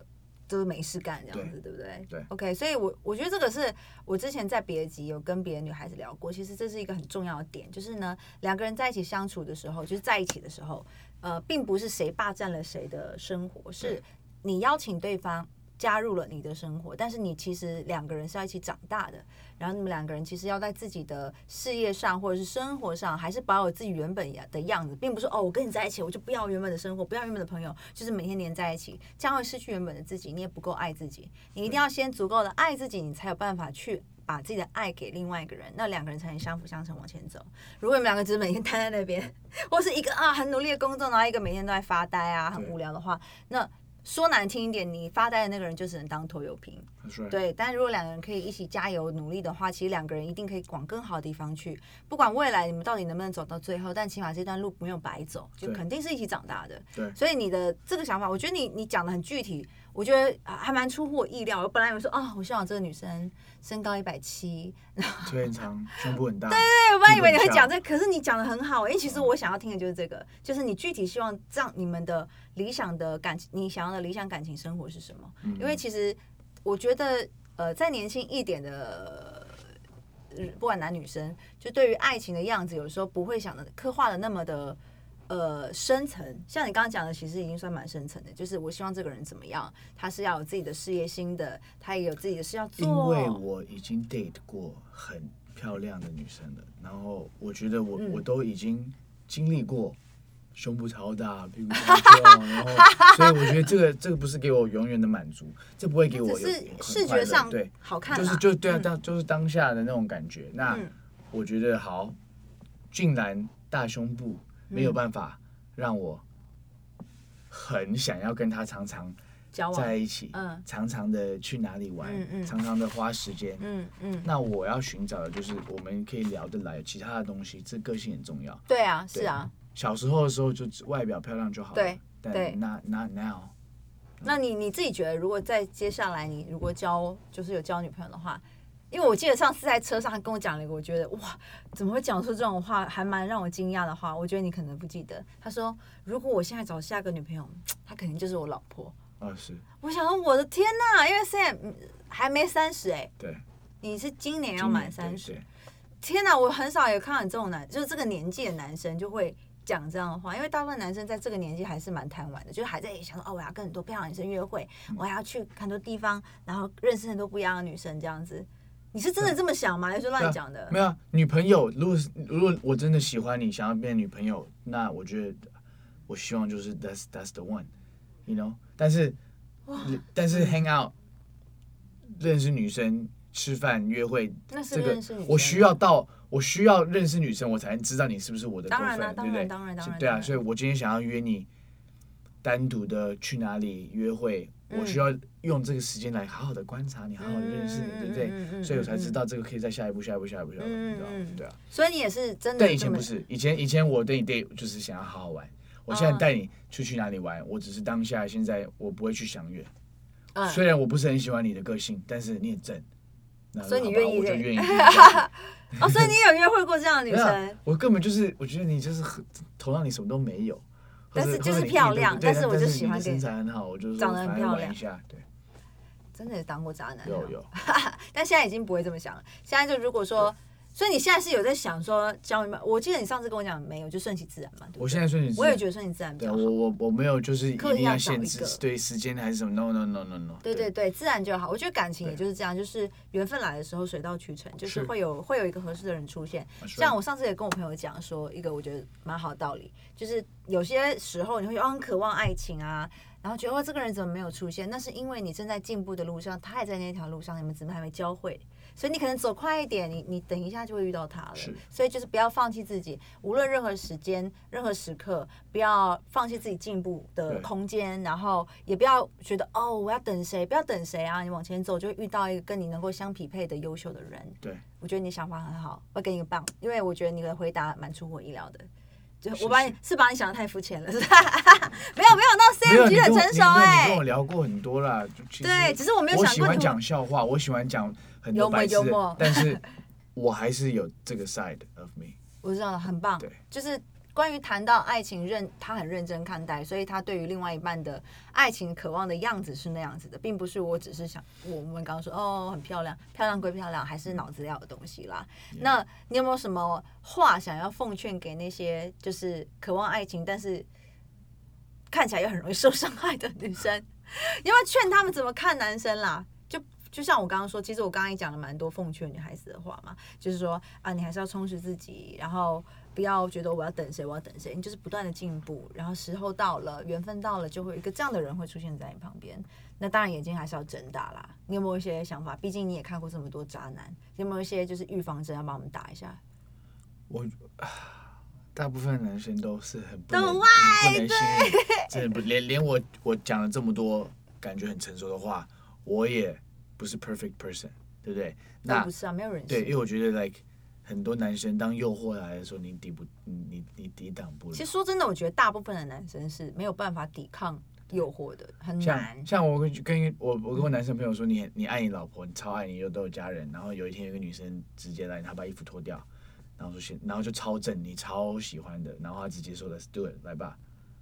就是没事干这样子，对不对？对 OK，所以我我觉得这个是我之前在别的集有跟别的女孩子聊过，其实这是一个很重要的点，就是呢，两个人在一起相处的时候，就是在一起的时候，呃，并不是谁霸占了谁的生活，是对你邀请对方。加入了你的生活，但是你其实两个人是要一起长大的，然后你们两个人其实要在自己的事业上或者是生活上，还是保有自己原本的样子，并不是哦，我跟你在一起我就不要原本的生活，不要原本的朋友，就是每天黏在一起，这样会失去原本的自己，你也不够爱自己，你一定要先足够的爱自己，你才有办法去把自己的爱给另外一个人，那两个人才能相辅相成往前走。如果你们两个只是每天待在那边，或是一个啊很努力的工作，然后一个每天都在发呆啊，很对无聊的话，那说难听一点，你发呆的那个人就只能当拖油瓶。他说，对，但如果两个人可以一起加油努力的话，其实两个人一定可以往更好的地方去。不管未来你们到底能不能走到最后，但起码这段路没有白走，就对肯定是一起长大的。对所以你的这个想法，我觉得你你讲的很具体，我觉得啊还蛮出乎我意料。我本来以为说啊、我希望这个女生身高一百七，腿很长，胸 部很大。对，我本来以为你基会本讲上这个，可是你讲的很好、因为其实我想要听的就是这个，就是你具体希望这样你们的理想的感情，你想要的理想感情生活是什么？嗯因为其实我觉得，呃，再年轻一点的呃呃不管男女生，就对于爱情的样子，有时候不会想的刻画的那么的呃深层。像你刚刚讲的，其实已经算蛮深层的，就是我希望这个人怎么样，他是要有自己的事业心的，他也有自己的事要做。因为我已经 date 过很漂亮的女生了，然后我觉得嗯我、我都已经经历过。胸部超大，屁股超翘， 然后，所以我觉得这个这个不是给我永远的满足，这不会给我有只是很视快乐觉上对好看啦，就是就对啊，嗯当、就是当下的那种感觉。那嗯我觉得好，竟然大胸部没嗯有办法让我很想要跟他常常交往，在一起，嗯常常的去哪里玩，嗯嗯常常的花时间。嗯嗯，那我要寻找的就是我们可以聊得来，其他的东西，这个性很重要。对啊，对是啊。小时候的时候就只外表漂亮就好了，对对但那那 now 那你你自己觉得，如果在接下来你如果交就是有交女朋友的话，因为我记得上次在车上他跟我讲了一个，我觉得哇，怎么会讲出这种话，还蛮让我惊讶的话。我觉得你可能不记得，他说如果我现在找下个女朋友，她肯定就是我老婆。二十，我想说，我的天呐，因为现在嗯还没三十哎，对，你是今年要今满年三对十，对天呐，我很少有看到你这种男，就是这个年纪的男生就会讲这样的话，因为大部分男生在这个年纪还是蛮贪玩的，就是还在想说哦，我要跟很多漂亮女生约会，嗯我还要去很多地方，然后认识很多不一样的女生这样子。你是真的这么想吗？还是对乱啊讲的？没有啊女朋友，如果是如果我真的喜欢你，想要变女朋友，那我觉得我希望就是 that's that's the one，you know。但是但是 hang out 认识女生、吃饭、约会，那是这个认识女生我需要到我需要认识女生，我才能知道你是不是我的过当然啦分，对不对？当然当然当然对当啊，然所以我今天想要约你单独的去哪里约会，我需要用这个时间来好好的观察你，好好的认识你，嗯对不嗯嗯嗯对？嗯所以我才知道这个可以在下一步、下一步、下一步、下一步，嗯你知道嗯吗嗯？对啊。所以你也是真的但这以前么不是，以前以前我对你对就是想要好好玩，我现在哦带你出去哪里玩，我只是当下现在我不会去详阅，嗯虽然我不是很喜欢你的个性，但是你很正，那所以你好吧愿意我就对 愿意。哦，所以你有约会过这样的女 没有啊生？，我根本就是，我觉得你就是很头脑里什么都没有，但是或者就是或者你漂亮对但但是我就喜欢你的跟身材很好，我就是长得很漂亮一下，对，真的也当过渣男？啊有有，但现在已经不会这么想了。现在就如果说，所以你现在是有在想说交女朋友？我记得你上次跟我讲没有，就顺其自然嘛，对不我对？现在顺其自我然，也觉得顺其自然比对较好。我我我没有就是一刻意定要找限一制个对时间还是什么，no no no no no，对对对，自然就好。我觉得感情也对就是这样，就是缘分来的时候水到渠成，就是是啊会有会有一个合适的人出现。 That's 像 right 我上次也跟我朋友讲说，一个我觉得蛮好的道理，就是有些时候你会哦很渴望爱情啊，然后觉得哦这个人怎么没有出现？那是因为你正在进步的路上，他也在那条路上，你们只是还没交汇。所以你可能走快一点，你你等一下就会遇到他了是。所以就是不要放弃自己，无论任何时间、任何时刻，不要放弃自己进步的对空间，然后也不要觉得哦，我要等谁，不要等谁啊！你往前走就会遇到一个跟你能够相匹配的优秀的人。对，我觉得你想法很好，我给你个棒，因为我觉得你的回答蛮出乎我意料的。就是我把你是是把你想的太肤浅了，是吧？ 没有没有，那 C M 没有你 G 跟很我成你熟没有哎、你跟我聊过很多啦，就其实对，只是我没有我想喜过欢你讲笑话，我喜欢讲很幽多默白幽痴默的，但是我还是有这个 side of me，我知道了，很棒对。就是关于谈到爱情认，他很认真看待，所以他对于另外一半的爱情渴望的样子是那样子的，并不是我只是想我们刚刚说哦很漂亮，漂亮归漂亮，还是脑子要有东西啦。那你有没有什么话想要奉劝给那些就是渴望爱情，但是看起来又很容易受伤害的女生？ 你有没有劝他们怎么看男生啦？就就像我刚刚说，其实我刚刚也讲了蛮多奉劝女孩子的话嘛，就是说啊，你还是要充实自己，然后不要觉得我要等谁，我要等谁，你就是不断的进步，然后时候到了，缘分到了，就会有一个这样的人会出现在你旁边。那当然，眼睛还是要睁大啦。你有没有一些想法？毕竟你也看过这么多渣男，你有没有一些就是预防针要帮我们打一下？我 啊大部分男生都是很不都能很不能信任，真的不连连我我讲了这么多感觉很成熟的话，我也不是 perfect person，对不对？那那不是啊，没有人对，因性。为我觉得 like 很多男生当诱惑来的时候，你抵不你你你抵挡不了其。实说真的，我觉得大部分的男生是没有办法抵抗诱惑的，很难像。像我跟跟我我跟我男生朋友说，你很你爱你老婆，你超爱你，又都有家人。然后有一天有一个女生直接来，她把衣服脱掉，然后说先，然后就超正，你超喜欢的，然后她直接说 Let's do it，来吧。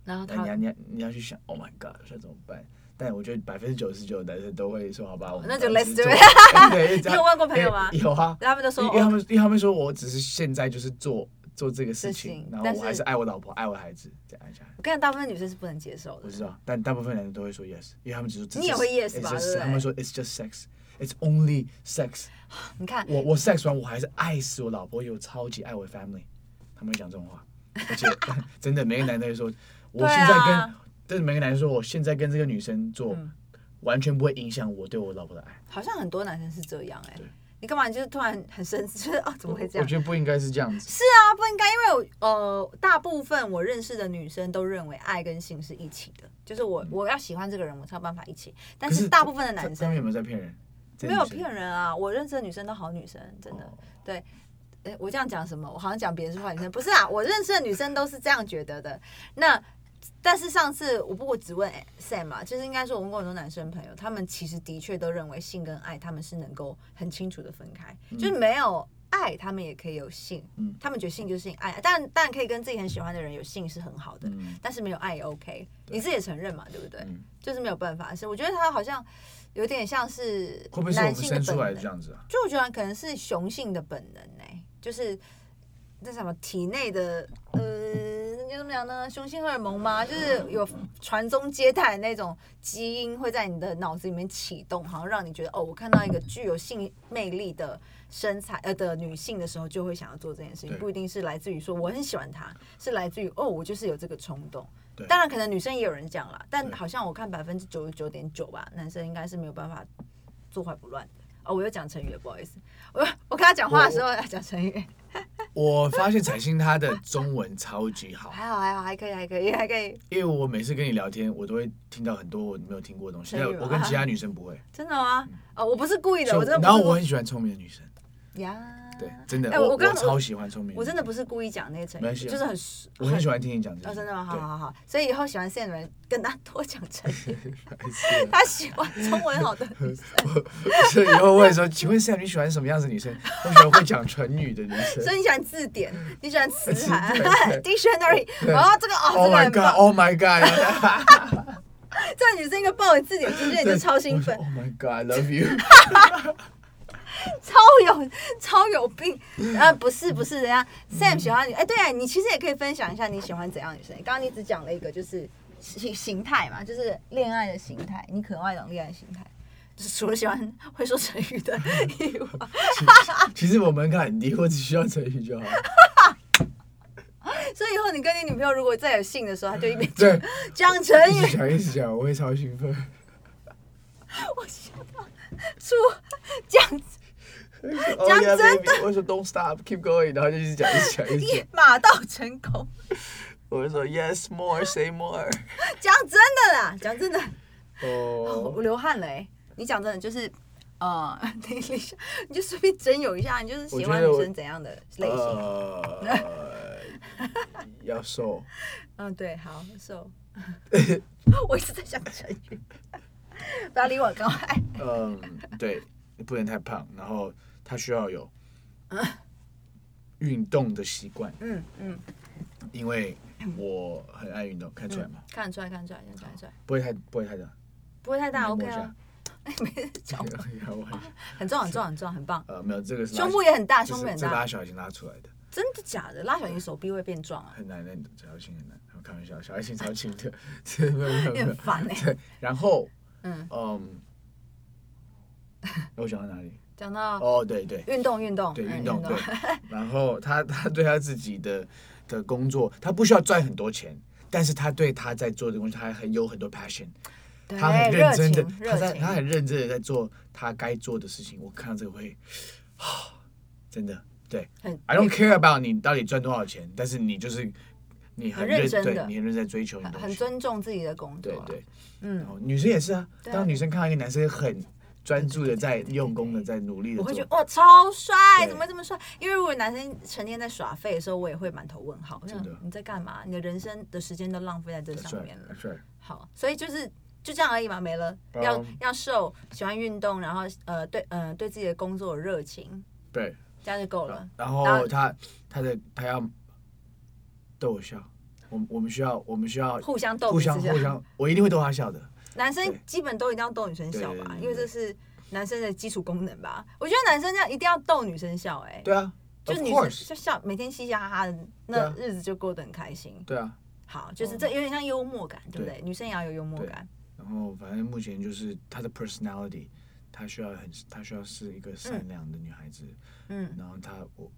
然后那他你要你要你要去想，Oh my God，我现在怎么办？但我觉得百分之九十九的男生都会说好吧，我们那就当时 let's 做哎 do 对，这你样有问过朋友吗因为有啊，然后他们就说因为他哦，们因为他们说我只是现在就是做做这个事事情情，然后但是我还是爱我老婆，爱我孩子，这样一下来。我跟你讲，大部分女生是不能接受我的知。道，但大部分男人都会说 yes，因为他们只是你也会 yes 吧 it's 对 just- 不对他们说 it's just sex，it's only sex 你看，我。我 sex 完我还是爱死我老婆，有超级爱我 family，他们会讲这种话，而 且真的每个男的会说，我现在跟，对啊但是每个男人说我现在跟这个女生做，嗯完全不会影响我对我老婆的爱。好像很多男生是这样哎、对你干嘛？你就是突然很生气，就是哦，怎么会这我样？觉得不应该是这样子，是啊，不应该，因为我呃，大部分我认识的女生都认为爱跟性是一起的，就是我我要喜欢这个人，我才有办法一起。但嗯可是大部分的男他们有生没有在骗人？这没有女生骗人啊，我认识的女生都好女生，真的哦。对，诶，我这样讲什么？我好像讲别人是坏女生，不是啊，我认识的女生都是这样觉得的。那但是上次我不过只问 Sam 嘛，就是应该说我问过很多男生朋友，他们其实的确都认为性跟爱他们是能够很清楚的分开，就是没有爱他们也可以有性，嗯他们觉得性就是性爱，但但可以跟自己很喜欢的人有性是很好的，嗯但是没有爱也 OK，对你自己也承认嘛，对不对？嗯，就是没有办法，是我觉得他好像有点像是会不会是我男们性的本生出来能这。样子啊？就我觉得可能是雄性的本能哎、就是那什么体内的呃，那叫怎么讲呢？雄性荷尔蒙吗？就是有传宗接代的那种基因会在你的脑子里面启动，好像让你觉得哦，我看到一个具有性魅力的身材呃的女性的时候，就会想要做这件事情，对不一定是来自于说我很喜欢她，是来自于哦，我就是有这个冲动。对当然，可能女生也有人讲啦，但对好像我看百分之九十九点九吧，男生应该是没有办法坐怀不乱的。哦，我又讲成语了，不好意思。我我跟他讲话的时候要讲成语，我发现彩星她的中文超级好，还好还好，还可以还可以还可以，因为我每次跟你聊天，我都会听到很多我没有听过的东西，真但的我跟吗其他女生 不会。真的吗？哦，我不是故意的，嗯所我以真的然不后是我故很喜欢聪明的女生，呀，对，真的，哎我我我刚超喜欢聪明，我真的，不是故意讲那些成没语，关系啊就是很我很喜欢听你讲这些。哦，真的吗？好对好好好，所以以后喜欢 Sam 的人跟他多讲成 语，白痴他喜欢中文好 的女生，所以以后我也说，请问 Sam 你喜欢什么样子的女生？我喜欢会讲唇语的女生所。以你喜欢字典，你喜欢词词海对 dictionary，对哦，这个哦，这 Oh 个 my 很 god! 棒， Oh my god! 这个女生一个抱有字典出现你就超兴奋我说，Oh my god! I love you. 超有超有病。呃，不是不是，人家 Sam 喜欢你，哎、对啊，你其实也可以分享一下你喜欢怎样的女生。刚刚你只讲了一个就是形形态嘛，就是恋爱的形态，你渴望一种恋爱形态。就是除了喜欢会说成语的以外，其实我门槛很低，我只需要唇语就好。所以以后你跟你女朋友如果再有性的时候，她就一边对，讲成一语直，讲一直讲，我会超兴奋。 我笑到出这样子讲真的 Oh 我会说 Don't stop, keep going，然后就一直讲一直讲一直一讲。马到成功。我会说 Yes, more, say more。讲真的啦，讲真的，哦哦我，流汗了哎、你讲真的就是，呃， 你你你就随便征友一下，你就是喜欢女生怎样的类型？呃，要瘦。嗯，对，好，so，我一直在想成语，不要理我，赶快。嗯，对，不能太胖，然后他需要有运动的习惯，嗯嗯，因为我很爱运动，看出来吗？看得出来，看得出来，看得出来，不会太不会太大，不会太大你，OK 嗯摸一下啊。哎，没事，讲吧开玩笑很重，很重，很重，很棒。呃，没有这个是拉胸部也很大，这胸部是也很这拉大，小已经拉出来的，真的假的？拉小你手臂会变壮 啊，很难的，小孩心很难，开玩笑，小孩心超轻的，没有没有你没有很。烦哎。对，然后嗯，嗯，我讲到哪里？讲到哦，对对，运动，运动，对嗯运动对， 然后他他对他自己的的工作，他不需要赚很多钱，但是他对他在做的东西，他很有很多 passion，对他很认真的热情，他在热情他很认真的在做他该做的事情。我看到这个会，啊真的对很，I don't care about 你到底赚多少钱，但是你就是你很认认真对的你很认真在追求你的很东很西，尊重自己的工作对啊。对，然嗯，后女生也是啊，对啊当女生看到一个男生很专注的在用功的在努力的我会觉做得。哇超帅，对怎么会这么帅？因为如果男生成天在耍废的时候，我也会满头问号，我想真的你在干嘛？你的人生的时间都浪费在这 That's 上 right, 面了 that's。right. 好，所以就是就这样而已嘛，没了。要嗯要瘦，喜欢运动，然后呃对呃对自己的工作有热情，对，啊这样就够了。然然后后他他的他要逗我笑，我我们需要我们需要互相斗互彼此相这样 互相，我一定会逗他笑的。男生对基本都一定要逗女生笑吧，对对对对因为这是男生的基础功能吧。我觉得男生这样一定要逗女生笑、哎，对啊就，of 女生 course，就笑，每天嘻嘻哈哈的，那对啊日子就过得很开心。对啊。好，就是这有点像幽默感，对不对？对女生也要有幽默感。然后反正目前就是她的 personality，她需要很，她需要是一个善良的女孩子。嗯然后她，我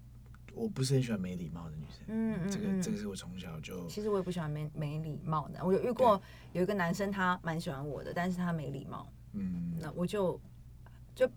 我不是很喜欢没礼貌的女生。嗯嗯，这个嗯这个是我从小就其实我也不喜欢没没礼貌的。我有遇过有一个男生，他蛮喜欢我的，但是他没礼貌，嗯那我就就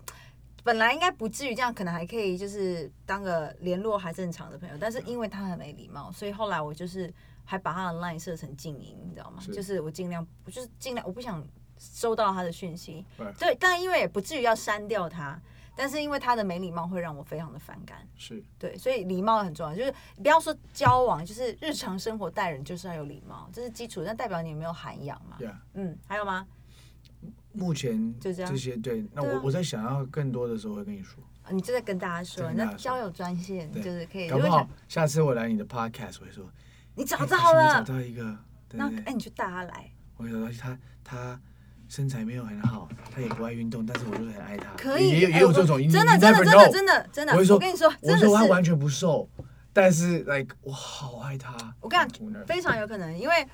本来应该不至于这样，可能还可以就是当个联络还正常的朋友，但是因为他很没礼貌，所以后来我就是还把他的 line 设成静音，你知道吗？是就是我尽量，我就是尽量，我不想收到他的讯息。 Right 对，但因为也不至于要删掉他。但是因为他的没礼貌会让我非常的反感，是对，所以礼貌很重要，就是不要说交往，就是日常生活待人就是要有礼貌，这是基础，那代表你有没有涵养嘛？ ，Yeah。嗯，还有吗？目前就这样些对，那对我、啊我在想要更多的时候会跟你说，啊你就在跟大家说，对跟大家那说交友专线对就是可以，搞如不果好想下次我来你的 podcast 我会说，你找哎到可是了我找，到一个，对那对哎，对，你就带他来，我找到他他身材没有很好，他也不爱运动，但是我就是很爱他，可以，也也哎也有我这种，真的真的真的真的真的，我会说，我跟你说，我真会的说他完是，全不瘦，但是 like 我好爱他，我跟你我讲， nervous 非常有可能，因为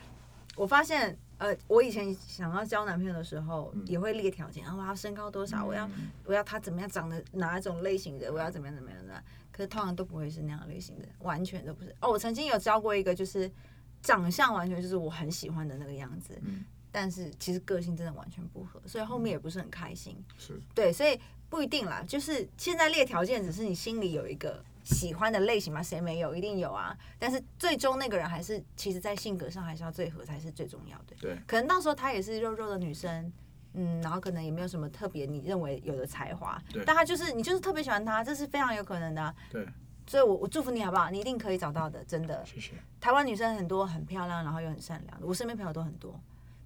我发现。呃，我以前想要交男朋友的时候，嗯也会列条件，然啊后我要身高多少，我要嗯我要他怎么样长得哪一种类型的，我要怎么样怎么样怎么样。可是通常都不会是那样类型的，完全都不是。哦，我曾经有交过一个，就是长相完全就是我很喜欢的那个样子，嗯但是其实个性真的完全不合，所以后面也不是很开心。是对，所以不一定啦，就是现在列条件只是你心里有一个喜欢的类型嘛，谁没有？一定有啊。但是最终那个人还是，其实在性格上还是要最合才是最重要的。对可能到时候她也是肉肉的女生，嗯，然后可能也没有什么特别你认为有的才华对，但她就是你就是特别喜欢她，这是非常有可能的啊、对，所以我我祝福你好不好？你一定可以找到的，真的。谢谢，台湾女生很多，很漂亮，然后又很善良的，我身边朋友都很多，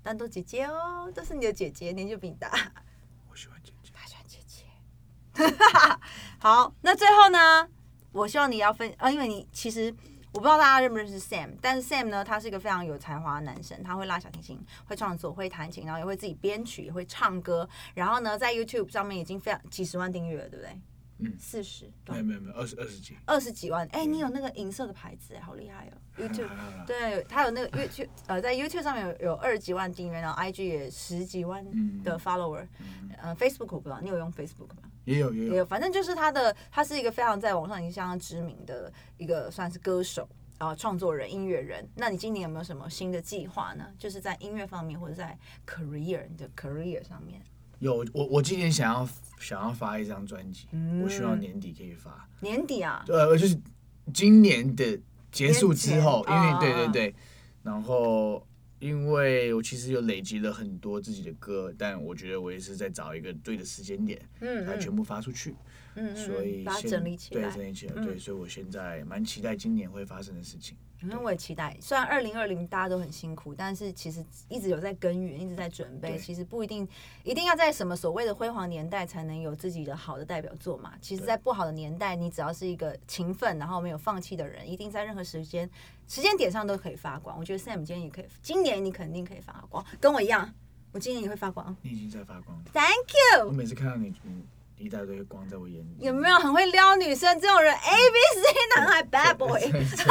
但都姐姐哦，都是你的姐姐，年纪比你大。我喜欢姐姐，大选姐姐。 好，那最后呢，我希望你要分，呃，因为你其实我不知道大家认不认识 Sam，但是 Sam 呢，他是一个非常有才华的男生，他会拉小提琴，会创作，会弹琴，然后也会自己编曲，也会唱歌，然后呢，在 YouTube 上面已经非常几十万订阅了，对不对？嗯四十没有没有没有，二十二十几，二十几万，哎、你有那个银色的牌子，好厉害哦！YouTube， 还好啦对，他有那个 YouTube，呃，在 YouTube 上面有有二十几万订阅，然后 IG 也十几万嗯的 follower，、嗯呃，Facebook 我不知道，你有用 Facebook 吗？也有也也有有，反正就是他的，他是一个非常在网上已经相当知名的一个算是歌手啊、创作人、音乐人。那你今年有没有什么新的计划呢？就是在音乐方面，或者在 career 你的 career 上面，有，我我今年想要想要发一张专辑，嗯我希望年底可以发，年底啊，呃，就是今年的结束之后，因年前啊啊为对对啊对，然后因为我其实有累积了很多自己的歌，但我觉得我也是在找一个对的时间点，嗯把它全嗯部发出去，嗯，所以嗯把它现整理起来对，。整理起来，嗯对，所以我现在蛮期待今年会发生的事情，那我也期待，虽然二零二零大家都很辛苦，但是其实一直有在耕耘，一直在准备。对其实不一定一定要在什么所谓的辉煌年代才能有自己的好的代表作嘛。其实，对在不好的年代，你只要是一个勤奋然后没有放弃的人，一定在任何时间时间点上都可以发光。我觉得 Sam 今天也可以，今年你肯定可以发光，跟我一样，我今年也会发光。你已经在发光了， Thank 我每次看到你，嗯，一大堆光在我眼里， you，有没哎有很会撩女生这种人？A B C 男孩 Bad boy。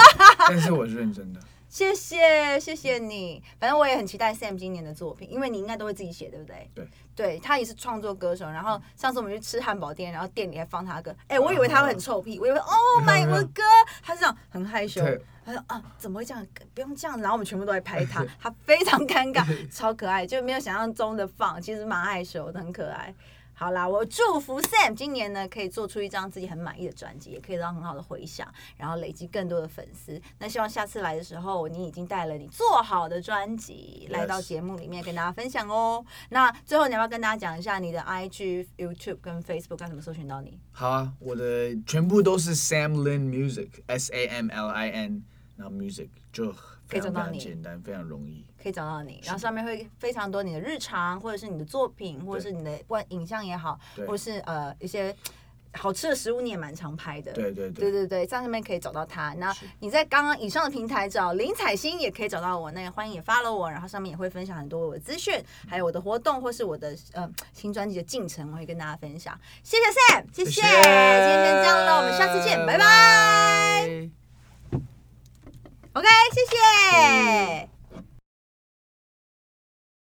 但是我是认 真的，谢谢，谢谢你。反正我也很期待 Sam 今年的作品，因为你应该都会自己写，对不对？对，对他也是创作歌手。然后上次我们去吃汉堡店，然后店里还放他的歌。哎、我以为他会很臭屁，我以为 Oh my 我的歌，他是这样很害羞对。他说啊，怎么会这样？不用这样。然后我们全部都在拍他，他非常尴尬，超可爱，就没有想象中的放，其实蛮害羞的，很可爱。好啦，我祝福 Sam 今年呢可以做出一张自己很满意的专辑，也可以得到很好的回响，然后累积更多的粉丝。那希望下次来的时候，你已经带了你做好的专辑 Yes 来到节目里面跟大家分享哦。那最后你要不要跟大家讲一下你的 IG、YouTube 跟 Facebook 该怎么搜寻到你？好啊，我的全部都是 Sam Lin Music，S A M L I N，然后 Music 就可以非找常非到常你简单，非常容易。可以找到你，然后上面会非常多你的日常，或者是你的作品，或者是你的不管影像也好，对或者是呃一些好吃的食物你也蛮常拍的。对对对对对，对，在上面可以找到他。那是你在刚刚以上的平台找林采欣，也可以找到我。那个欢迎也 follow 我，然后上面也会分享很多我的资嗯讯，还有我的活动或是我的呃新专辑的进程，我会跟大家分享。谢谢 Sam，谢谢，谢谢今天先这样了，我们下次见，